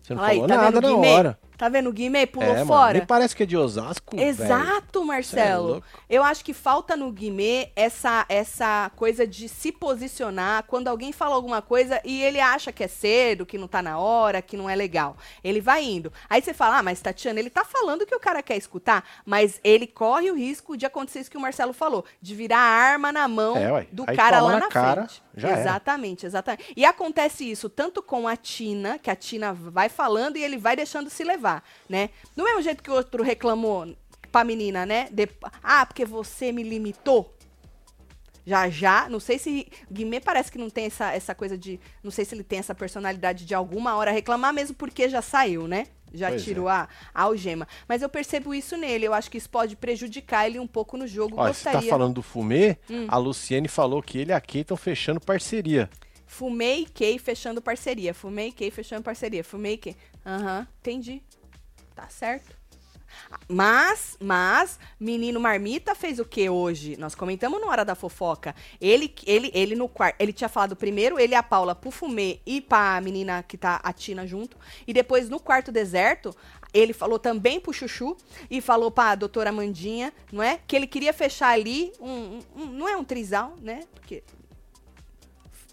Speaker 1: Você não
Speaker 2: Olha aí,
Speaker 1: falou
Speaker 2: tá
Speaker 1: nada
Speaker 2: vendo o
Speaker 1: na
Speaker 2: Guimê?
Speaker 1: hora.
Speaker 2: Tá vendo o Guimê? Pulou
Speaker 1: É, mano,
Speaker 2: fora.
Speaker 1: nem parece que é de Osasco, velho.
Speaker 2: Exato,
Speaker 1: Cê é
Speaker 2: Marcelo.
Speaker 1: louco.
Speaker 2: Eu acho que falta no Guimê essa, essa coisa de se posicionar quando alguém fala alguma coisa e ele acha que é cedo, que não tá na hora, que não é legal. Ele vai indo. Aí você fala, ah, mas Tatiana, ele tá falando o que o cara quer escutar, mas ele corre o risco de acontecer isso que o Marcelo falou, de virar a arma na mão
Speaker 1: É, ué.
Speaker 2: do
Speaker 1: Aí
Speaker 2: cara
Speaker 1: toma
Speaker 2: lá
Speaker 1: na
Speaker 2: na,
Speaker 1: cara,
Speaker 2: frente.
Speaker 1: já era.
Speaker 2: Exatamente, exatamente. E acontece isso tanto com a Tina, que a Tina vai falando e ele vai deixando se levar, né? Do mesmo jeito que o outro reclamou pra menina, né? De- Ah, porque você me limitou. Já, já. Não sei se. Guimê parece que não tem essa, essa coisa de. Não sei se ele tem essa personalidade de alguma hora reclamar, mesmo porque já saiu, né? Já
Speaker 1: Pois é.
Speaker 2: tirou a, a algema. Mas eu percebo isso nele. Eu acho que isso pode prejudicar ele um pouco no jogo.
Speaker 1: Olha, você
Speaker 2: Gostaria. Hum.
Speaker 1: tá falando do Fumê, a Luciene falou que ele e a Kay estão fechando parceria.
Speaker 2: Fumei Key fechando parceria. Fumei Key fechando parceria. Fumei Key. Aham, entendi. Tá certo. Mas, mas, menino marmita fez o que hoje? Nós comentamos na hora da fofoca. Ele, ele, ele no quarto, ele tinha falado primeiro ele e a Paula pro Fumê e pra menina que tá a Tina junto, e depois no quarto deserto, ele falou também pro Chuchu e falou pra doutora Mandinha, não é? Que ele queria fechar ali um, um- um- não é um trisal, né? Porque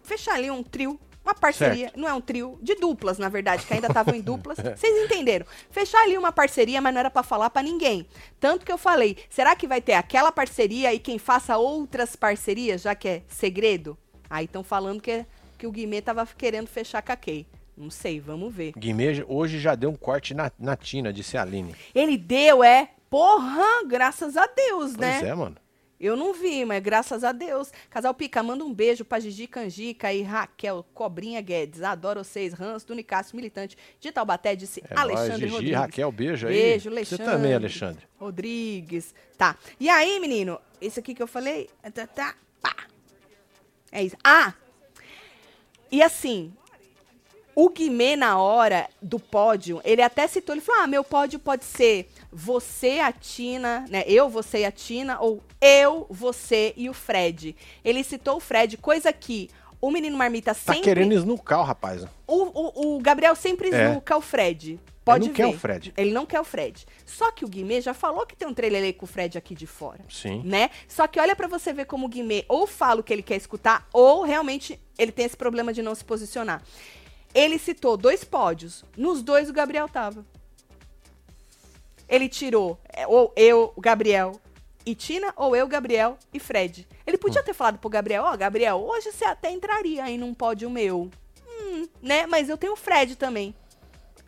Speaker 2: fechar ali um trio, uma parceria, não é um trio, de duplas, na verdade, que ainda estavam
Speaker 1: <laughs>
Speaker 2: em duplas. Vocês entenderam? Fechar ali uma parceria, mas não era pra falar pra ninguém. Tanto que eu falei, será que vai ter aquela parceria e quem faça outras parcerias, já que é segredo? Aí estão falando que, que o Guimê tava querendo fechar com a Kay. Não sei, vamos ver.
Speaker 1: Guimê hoje já deu um corte na, na Tina, disse a Aline.
Speaker 2: Ele deu, é? Porra, graças a Deus, né?
Speaker 1: Pois é, mano.
Speaker 2: Eu não vi, mas graças a Deus. Casal Pica, manda um beijo pra Gigi Canjica e Raquel Cobrinha Guedes. Adoro vocês. Hans do Nicásio, militante de Taubaté, disse
Speaker 1: É nóis,
Speaker 2: Alexandre
Speaker 1: Gigi,
Speaker 2: Rodrigues.
Speaker 1: Raquel, beijo aí.
Speaker 2: Beijo,
Speaker 1: Você
Speaker 2: Alexandre.
Speaker 1: também, Alexandre.
Speaker 2: Rodrigues. Tá. E aí, menino? Esse aqui que eu falei? Tá, tá, pá. É isso. Ah! E assim, o Guimê, na hora do pódio, ele até citou, ele falou, ah, meu pódio pode ser você, a Tina, né, eu, você e a Tina, ou eu, você e o Fred. Ele citou o Fred, coisa que o Menino Marmita
Speaker 1: Tá
Speaker 2: sempre...
Speaker 1: querendo esnucar o rapaz. ó.
Speaker 2: O, o- o Gabriel sempre
Speaker 1: É.
Speaker 2: esnuca o Fred. Pode
Speaker 1: não
Speaker 2: ver.
Speaker 1: quer o Fred.
Speaker 2: Ele não quer o Fred. Só que o Guimê já falou que tem um trelelê com o Fred aqui de fora
Speaker 1: Sim.
Speaker 2: né? Só que olha pra você ver como o Guimê ou fala o que ele quer escutar, ou realmente ele tem esse problema de não se posicionar. Ele citou dois pódios. Nos dois o Gabriel tava. Ele tirou é, ou eu, Gabriel e Tina, ou eu, Gabriel e Fred. Ele podia
Speaker 1: Hum.
Speaker 2: ter falado pro Gabriel, ó, Gabriel, hoje você até entraria aí num pódio meu. Hum, né? Mas eu tenho o Fred também.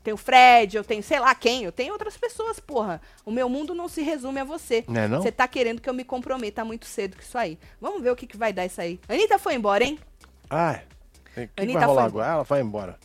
Speaker 2: Tenho o Fred, eu tenho sei lá quem, eu tenho outras pessoas, porra. O meu mundo não se resume a você.
Speaker 1: Né não?
Speaker 2: Você tá querendo que eu me comprometa muito cedo com isso aí. Vamos ver o que, que vai dar isso aí. Anitta foi embora, hein?
Speaker 1: Ai, Ah, o que
Speaker 2: Anitta
Speaker 1: vai rolar
Speaker 2: foi-
Speaker 1: agora? Ah, Ela vai embora.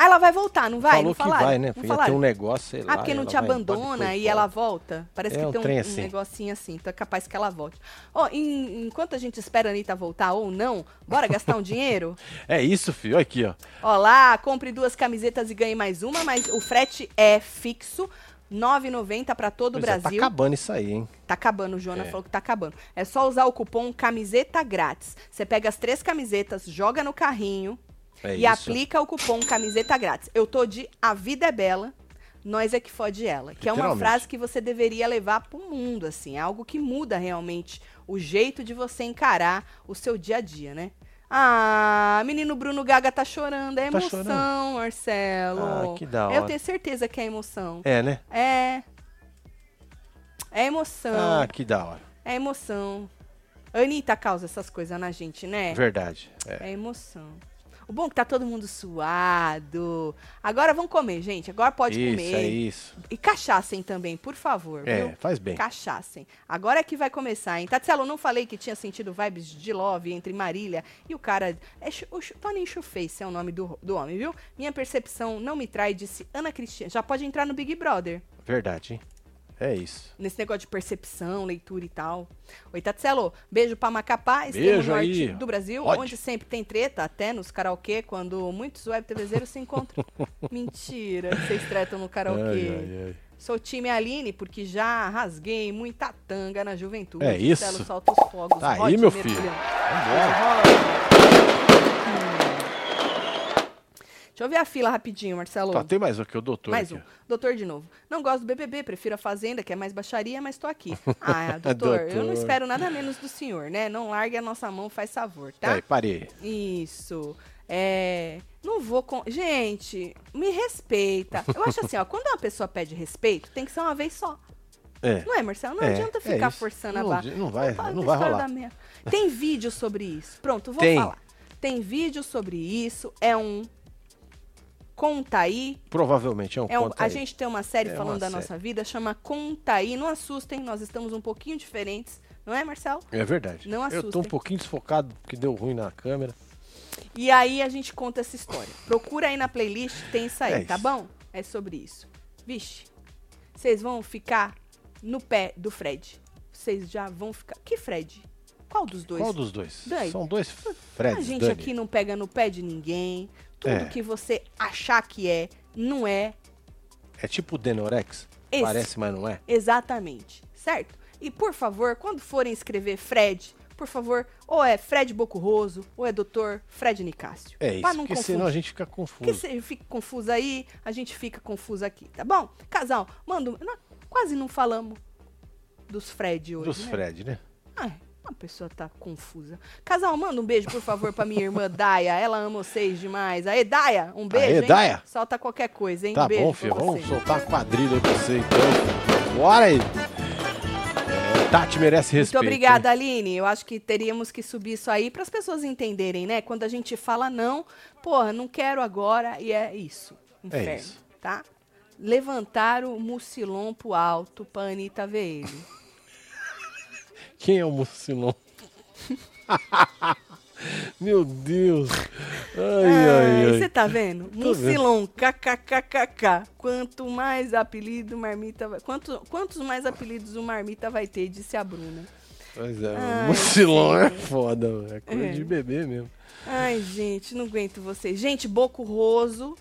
Speaker 2: Ah, ela vai voltar, não vai?
Speaker 1: Falou
Speaker 2: não
Speaker 1: que
Speaker 2: falaram?
Speaker 1: vai, né? Ia
Speaker 2: Não
Speaker 1: ter
Speaker 2: falaram?
Speaker 1: um negócio, sei lá.
Speaker 2: ah, porque não
Speaker 1: ela
Speaker 2: te
Speaker 1: vai- pode
Speaker 2: abandona
Speaker 1: pôr
Speaker 2: e
Speaker 1: fora.
Speaker 2: ela volta? Parece
Speaker 1: É
Speaker 2: que
Speaker 1: um
Speaker 2: tem um,
Speaker 1: trem
Speaker 2: um
Speaker 1: assim.
Speaker 2: negocinho assim, então é capaz que ela volte. Ó, em- enquanto a gente espera a Anitta voltar ou não, bora gastar um <laughs> dinheiro?
Speaker 1: É isso, filho. Olha aqui, ó.
Speaker 2: Olá, compre duas camisetas e ganhe mais uma, mas o frete é fixo, R$ 9,90 para todo o
Speaker 1: Pois é, tá
Speaker 2: Brasil.
Speaker 1: acabando isso aí, hein?
Speaker 2: Tá acabando, o Joana
Speaker 1: É.
Speaker 2: falou que tá acabando. É só usar o cupom camiseta grátis. Você pega as três camisetas, joga no carrinho
Speaker 1: É
Speaker 2: e
Speaker 1: isso.
Speaker 2: aplica o cupom camiseta grátis. Eu tô de A Vida é Bela, nós é que fode ela. Que é uma
Speaker 1: Literalmente.
Speaker 2: frase que você deveria levar pro mundo, assim. É algo que muda realmente o jeito de você encarar o seu dia a dia, né? Ah, menino Bruno Gaga tá chorando. É
Speaker 1: Tá
Speaker 2: emoção,
Speaker 1: chorando.
Speaker 2: Marcelo.
Speaker 1: Ah, que da
Speaker 2: Eu
Speaker 1: hora.
Speaker 2: tenho certeza que é emoção.
Speaker 1: É, né?
Speaker 2: É. É emoção.
Speaker 1: Ah, que da hora.
Speaker 2: É emoção. Anitta causa essas coisas na gente, né?
Speaker 1: Verdade. É.
Speaker 2: É emoção. O bom é que tá todo mundo suado. Agora vamos comer, gente. Agora pode
Speaker 1: isso,
Speaker 2: comer.
Speaker 1: é isso.
Speaker 2: E cachaçem também, por favor.
Speaker 1: É,
Speaker 2: viu?
Speaker 1: faz bem.
Speaker 2: Cachaçem. Agora é que vai começar, hein? Tatielo, não falei que tinha sentido vibes de love entre Marília e o cara. É, Chu- o Chu- Toninho Chuface é o nome do, do homem, viu? Minha percepção não me trai, disse Ana Cristina. Já pode entrar no Big Brother
Speaker 1: Verdade, hein? É isso.
Speaker 2: nesse negócio de percepção, leitura e tal. Oi, Tatselo, beijo pra Macapá, extremo
Speaker 1: Beijo
Speaker 2: norte
Speaker 1: aí.
Speaker 2: do Brasil,
Speaker 1: Ótimo.
Speaker 2: onde sempre tem treta, até nos karaokê,
Speaker 1: <laughs>
Speaker 2: quando muitos web TVzeiros se encontram. Mentira, É que vocês tretam no karaokê.
Speaker 1: Ai, ai, ai.
Speaker 2: Sou time Aline, porque já rasguei muita tanga na juventude.
Speaker 1: É isso.
Speaker 2: Marcelo solta os fogos.
Speaker 1: Tá aí,
Speaker 2: Rod
Speaker 1: meu filho.
Speaker 2: Mergulhão.
Speaker 1: Vambora.
Speaker 2: Deixa eu ver a fila rapidinho, Marcelo.
Speaker 1: Tá, tem mais aqui, o doutor.
Speaker 2: mais
Speaker 1: aqui.
Speaker 2: um. Doutor de novo. Não gosto do BBB, prefiro a Fazenda, que é mais baixaria, mas tô
Speaker 1: <laughs>
Speaker 2: aqui. Ah, doutor, eu
Speaker 1: Doutor.
Speaker 2: não espero nada menos do senhor, né? Não largue a nossa mão, faz favor, tá?
Speaker 1: Aí, É, parei.
Speaker 2: Isso. É. Não vou. con- Gente, me respeita. Eu acho assim, ó, quando uma pessoa pede respeito, tem que ser uma vez só.
Speaker 1: É.
Speaker 2: Não é, Marcelo? Não
Speaker 1: É,
Speaker 2: adianta
Speaker 1: é
Speaker 2: ficar
Speaker 1: isso.
Speaker 2: forçando a
Speaker 1: Não
Speaker 2: barra.
Speaker 1: adi- não vai-
Speaker 2: fala
Speaker 1: não
Speaker 2: da
Speaker 1: vai
Speaker 2: história
Speaker 1: rolar.
Speaker 2: da merda. Tem vídeo sobre isso. Pronto, vou
Speaker 1: Tem.
Speaker 2: falar. Tem vídeo sobre isso. É um. Conta aí.
Speaker 1: Provavelmente é um
Speaker 2: É um-
Speaker 1: conto
Speaker 2: a
Speaker 1: aí.
Speaker 2: gente tem uma série
Speaker 1: É
Speaker 2: falando
Speaker 1: uma
Speaker 2: da
Speaker 1: série.
Speaker 2: nossa vida, chama Conta aí. Não assustem, nós estamos um pouquinho diferentes. Não é, Marcelo?
Speaker 1: É verdade.
Speaker 2: Não
Speaker 1: Eu tô um
Speaker 2: assustem.
Speaker 1: pouquinho desfocado porque deu ruim na câmera.
Speaker 2: E aí a gente conta essa história. Procura aí na playlist, tem isso aí,
Speaker 1: É
Speaker 2: tá
Speaker 1: isso.
Speaker 2: bom? É sobre isso. Vixe, vocês vão ficar no pé do Fred. Vocês já vão ficar. Que Fred? Qual dos dois?
Speaker 1: Qual dos dois?
Speaker 2: Dani.
Speaker 1: São dois
Speaker 2: a
Speaker 1: Freds,
Speaker 2: gente
Speaker 1: Dani.
Speaker 2: aqui não pega no pé de ninguém. Tudo
Speaker 1: É.
Speaker 2: que você achar que é, não é
Speaker 1: É tipo o Denorex?
Speaker 2: Esse.
Speaker 1: Parece, mas não é.
Speaker 2: exatamente, certo? E por favor, quando forem escrever Fred, por favor, ou é Fred Bocurroso, ou é Dr. Fred Nicásio.
Speaker 1: É isso,
Speaker 2: pra não
Speaker 1: porque
Speaker 2: confundir.
Speaker 1: senão a gente fica
Speaker 2: Que
Speaker 1: confuso.
Speaker 2: você fica confuso aí, a gente fica confuso aqui, tá bom? Casal, manda. um- nós quase não falamos dos Fred hoje.
Speaker 1: Dos
Speaker 2: né?
Speaker 1: Fred, né?
Speaker 2: Ai, uma pessoa tá confusa. Casal, manda um beijo, por favor, pra minha irmã Daia. Ela ama vocês demais. Aê, Daia, um beijo.
Speaker 1: Aê,
Speaker 2: hein?
Speaker 1: Daia.
Speaker 2: Solta qualquer coisa, hein? Um
Speaker 1: Tá
Speaker 2: beijo
Speaker 1: bom,
Speaker 2: pra
Speaker 1: filho. Vamos
Speaker 2: você.
Speaker 1: soltar a quadrilha aí pra você, então. Bora aí. É, Tati merece
Speaker 2: Muito
Speaker 1: respeito.
Speaker 2: obrigada, Aline. Eu acho que teríamos que subir isso aí para as pessoas entenderem, né? Quando a gente fala não, porra, não quero agora e é isso. Inferno,
Speaker 1: isso.
Speaker 2: tá? Levantaram o mucilon pro alto pra Anitta ver ele.
Speaker 1: hein? Quem é o Mucilon? <laughs> Meu Deus. Ai, ai, ai.
Speaker 2: Você tá vendo? Mucilon, kkkkk. Quanto mais apelido o Marmita vai... Quanto, quantos mais apelidos o Marmita vai ter, disse a Bruna.
Speaker 1: Pois é,
Speaker 2: Ai,
Speaker 1: Mucilon é foda, mano. É coisa
Speaker 2: É.
Speaker 1: de bebê mesmo.
Speaker 2: Ai, gente, não aguento vocês. Gente, Bocurroso.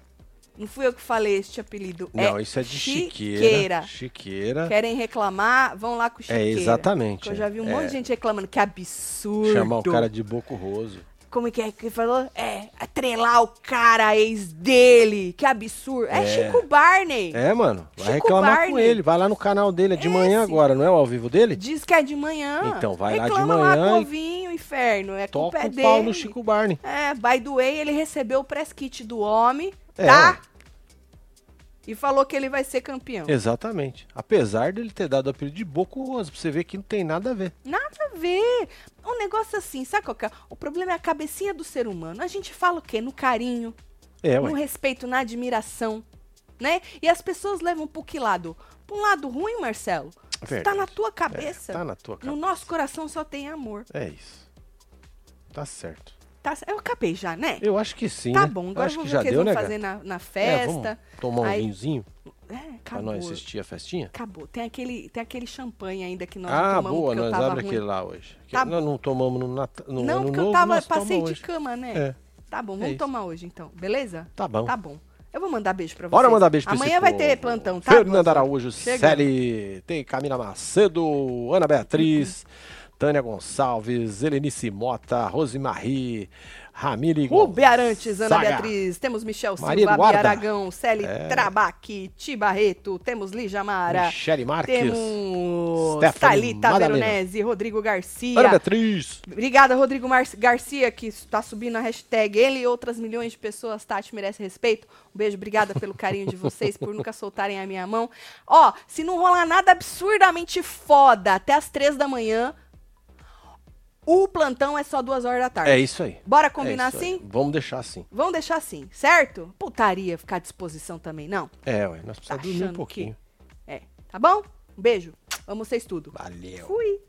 Speaker 2: Não fui eu que falei este apelido.
Speaker 1: Não, isso é de chiqueira. Chiqueira.
Speaker 2: Querem reclamar? Vão lá com é chiqueira.
Speaker 1: É, exatamente.
Speaker 2: Eu já vi um
Speaker 1: é.
Speaker 2: monte de gente reclamando. Que absurdo.
Speaker 1: Chamar o cara de boco roso.
Speaker 2: Como que é que falou? É, atrelar o cara, a ex dele. Que absurdo. É,
Speaker 1: É.
Speaker 2: Chico Barney.
Speaker 1: É, mano. Vai
Speaker 2: Chico
Speaker 1: reclamar com
Speaker 2: Barney.
Speaker 1: ele. Vai lá no canal dele. É de manhã
Speaker 2: Esse.
Speaker 1: agora, não é o ao vivo dele?
Speaker 2: Diz que é de manhã.
Speaker 1: Então, vai lá de
Speaker 2: Reclama
Speaker 1: manhã
Speaker 2: lá,
Speaker 1: e-
Speaker 2: Covinho, inferno. É
Speaker 1: Toca
Speaker 2: culpa é
Speaker 1: o pau
Speaker 2: dele.
Speaker 1: no Chico Barney.
Speaker 2: É, by the way, ele recebeu o press kit do homem,
Speaker 1: É,
Speaker 2: tá?
Speaker 1: ué.
Speaker 2: E falou que ele vai ser campeão.
Speaker 1: É. Exatamente. Apesar dele ter dado o apelido de boco roso, pra você ver que não tem nada a ver.
Speaker 2: Nada a ver. Um negócio assim, sabe qual que é? O problema é a cabecinha do ser humano. A gente fala o quê? No carinho,
Speaker 1: É,
Speaker 2: no
Speaker 1: ué.
Speaker 2: respeito, na admiração, né? E as pessoas levam pro que lado? Pra um lado ruim, Marcelo. Isso Tá
Speaker 1: Verdade.
Speaker 2: na tua
Speaker 1: É,
Speaker 2: cabeça.
Speaker 1: tá na tua
Speaker 2: No
Speaker 1: cara.
Speaker 2: nosso coração só tem amor.
Speaker 1: É isso. Tá certo.
Speaker 2: Tá, c- eu acabei já, né?
Speaker 1: Eu acho que sim.
Speaker 2: tá
Speaker 1: né?
Speaker 2: bom,
Speaker 1: Eu
Speaker 2: agora
Speaker 1: acho
Speaker 2: eu vou
Speaker 1: que
Speaker 2: ver
Speaker 1: já
Speaker 2: o que
Speaker 1: deu,
Speaker 2: eles
Speaker 1: né,
Speaker 2: vão
Speaker 1: cara?
Speaker 2: fazer na, na
Speaker 1: É,
Speaker 2: festa.
Speaker 1: vamos tomar um
Speaker 2: Aí-
Speaker 1: vinhozinho
Speaker 2: É,
Speaker 1: pra
Speaker 2: acabou.
Speaker 1: nós assistir a festinha?
Speaker 2: Acabou. Tem aquele, tem aquele champanhe ainda que nós não
Speaker 1: ah,
Speaker 2: tomamos
Speaker 1: boa,
Speaker 2: porque eu
Speaker 1: nós
Speaker 2: tava
Speaker 1: abre
Speaker 2: ruim.
Speaker 1: aquele lá hoje. Que
Speaker 2: Tá
Speaker 1: nós não tomamos no, Nat... no
Speaker 2: não,
Speaker 1: ano
Speaker 2: porque
Speaker 1: novo,
Speaker 2: eu tava,
Speaker 1: nós
Speaker 2: passei
Speaker 1: tomamos
Speaker 2: de
Speaker 1: hoje.
Speaker 2: cama, né?
Speaker 1: É.
Speaker 2: Tá bom,
Speaker 1: É
Speaker 2: vamos
Speaker 1: isso.
Speaker 2: tomar hoje então, beleza?
Speaker 1: Tá bom.
Speaker 2: Tá bom. Eu vou mandar beijo pra vocês.
Speaker 1: Bora mandar beijo pra
Speaker 2: Amanhã
Speaker 1: esse
Speaker 2: vai
Speaker 1: povo.
Speaker 2: ter plantão, tá?
Speaker 1: Fernanda
Speaker 2: Bonzão?
Speaker 1: Araújo,
Speaker 2: Chega.
Speaker 1: Celi, tem Camila Macedo, Ana Beatriz,
Speaker 2: Uhum.
Speaker 1: Tânia Gonçalves, Helenice Mota, Rosemary, Ramile
Speaker 2: Rubi
Speaker 1: Gonzaga,
Speaker 2: Arantes, Ana Beatriz, temos Michel
Speaker 1: Maria
Speaker 2: Silva, Abi
Speaker 1: Eduarda. É.
Speaker 2: Aragão, Celi Trabaque, Ti Barreto, temos Lígia Mara,
Speaker 1: Michele Marques,
Speaker 2: temos
Speaker 1: Stephanie
Speaker 2: Thalita
Speaker 1: Madalena.
Speaker 2: Veronese, Rodrigo Garcia,
Speaker 1: Ana Beatriz.
Speaker 2: Obrigada, Rodrigo Mar- Garcia, que está subindo a hashtag. Ele e outras milhões de pessoas, Tati, merece respeito. Um beijo, obrigada pelo carinho de vocês, por nunca soltarem a minha mão. Ó, se não rolar nada absurdamente foda até as três da manhã, o plantão é só duas horas da tarde.
Speaker 1: É isso aí.
Speaker 2: Bora combinar
Speaker 1: É isso aí.
Speaker 2: assim?
Speaker 1: Vamos deixar assim.
Speaker 2: Vamos deixar assim, certo? Putaria ficar à disposição também, não? tá
Speaker 1: É, ué, nós precisamos dormir um
Speaker 2: achando
Speaker 1: pouquinho.
Speaker 2: que- É, tá bom? Um beijo. Amo vocês tudo.
Speaker 1: Valeu.
Speaker 2: Fui.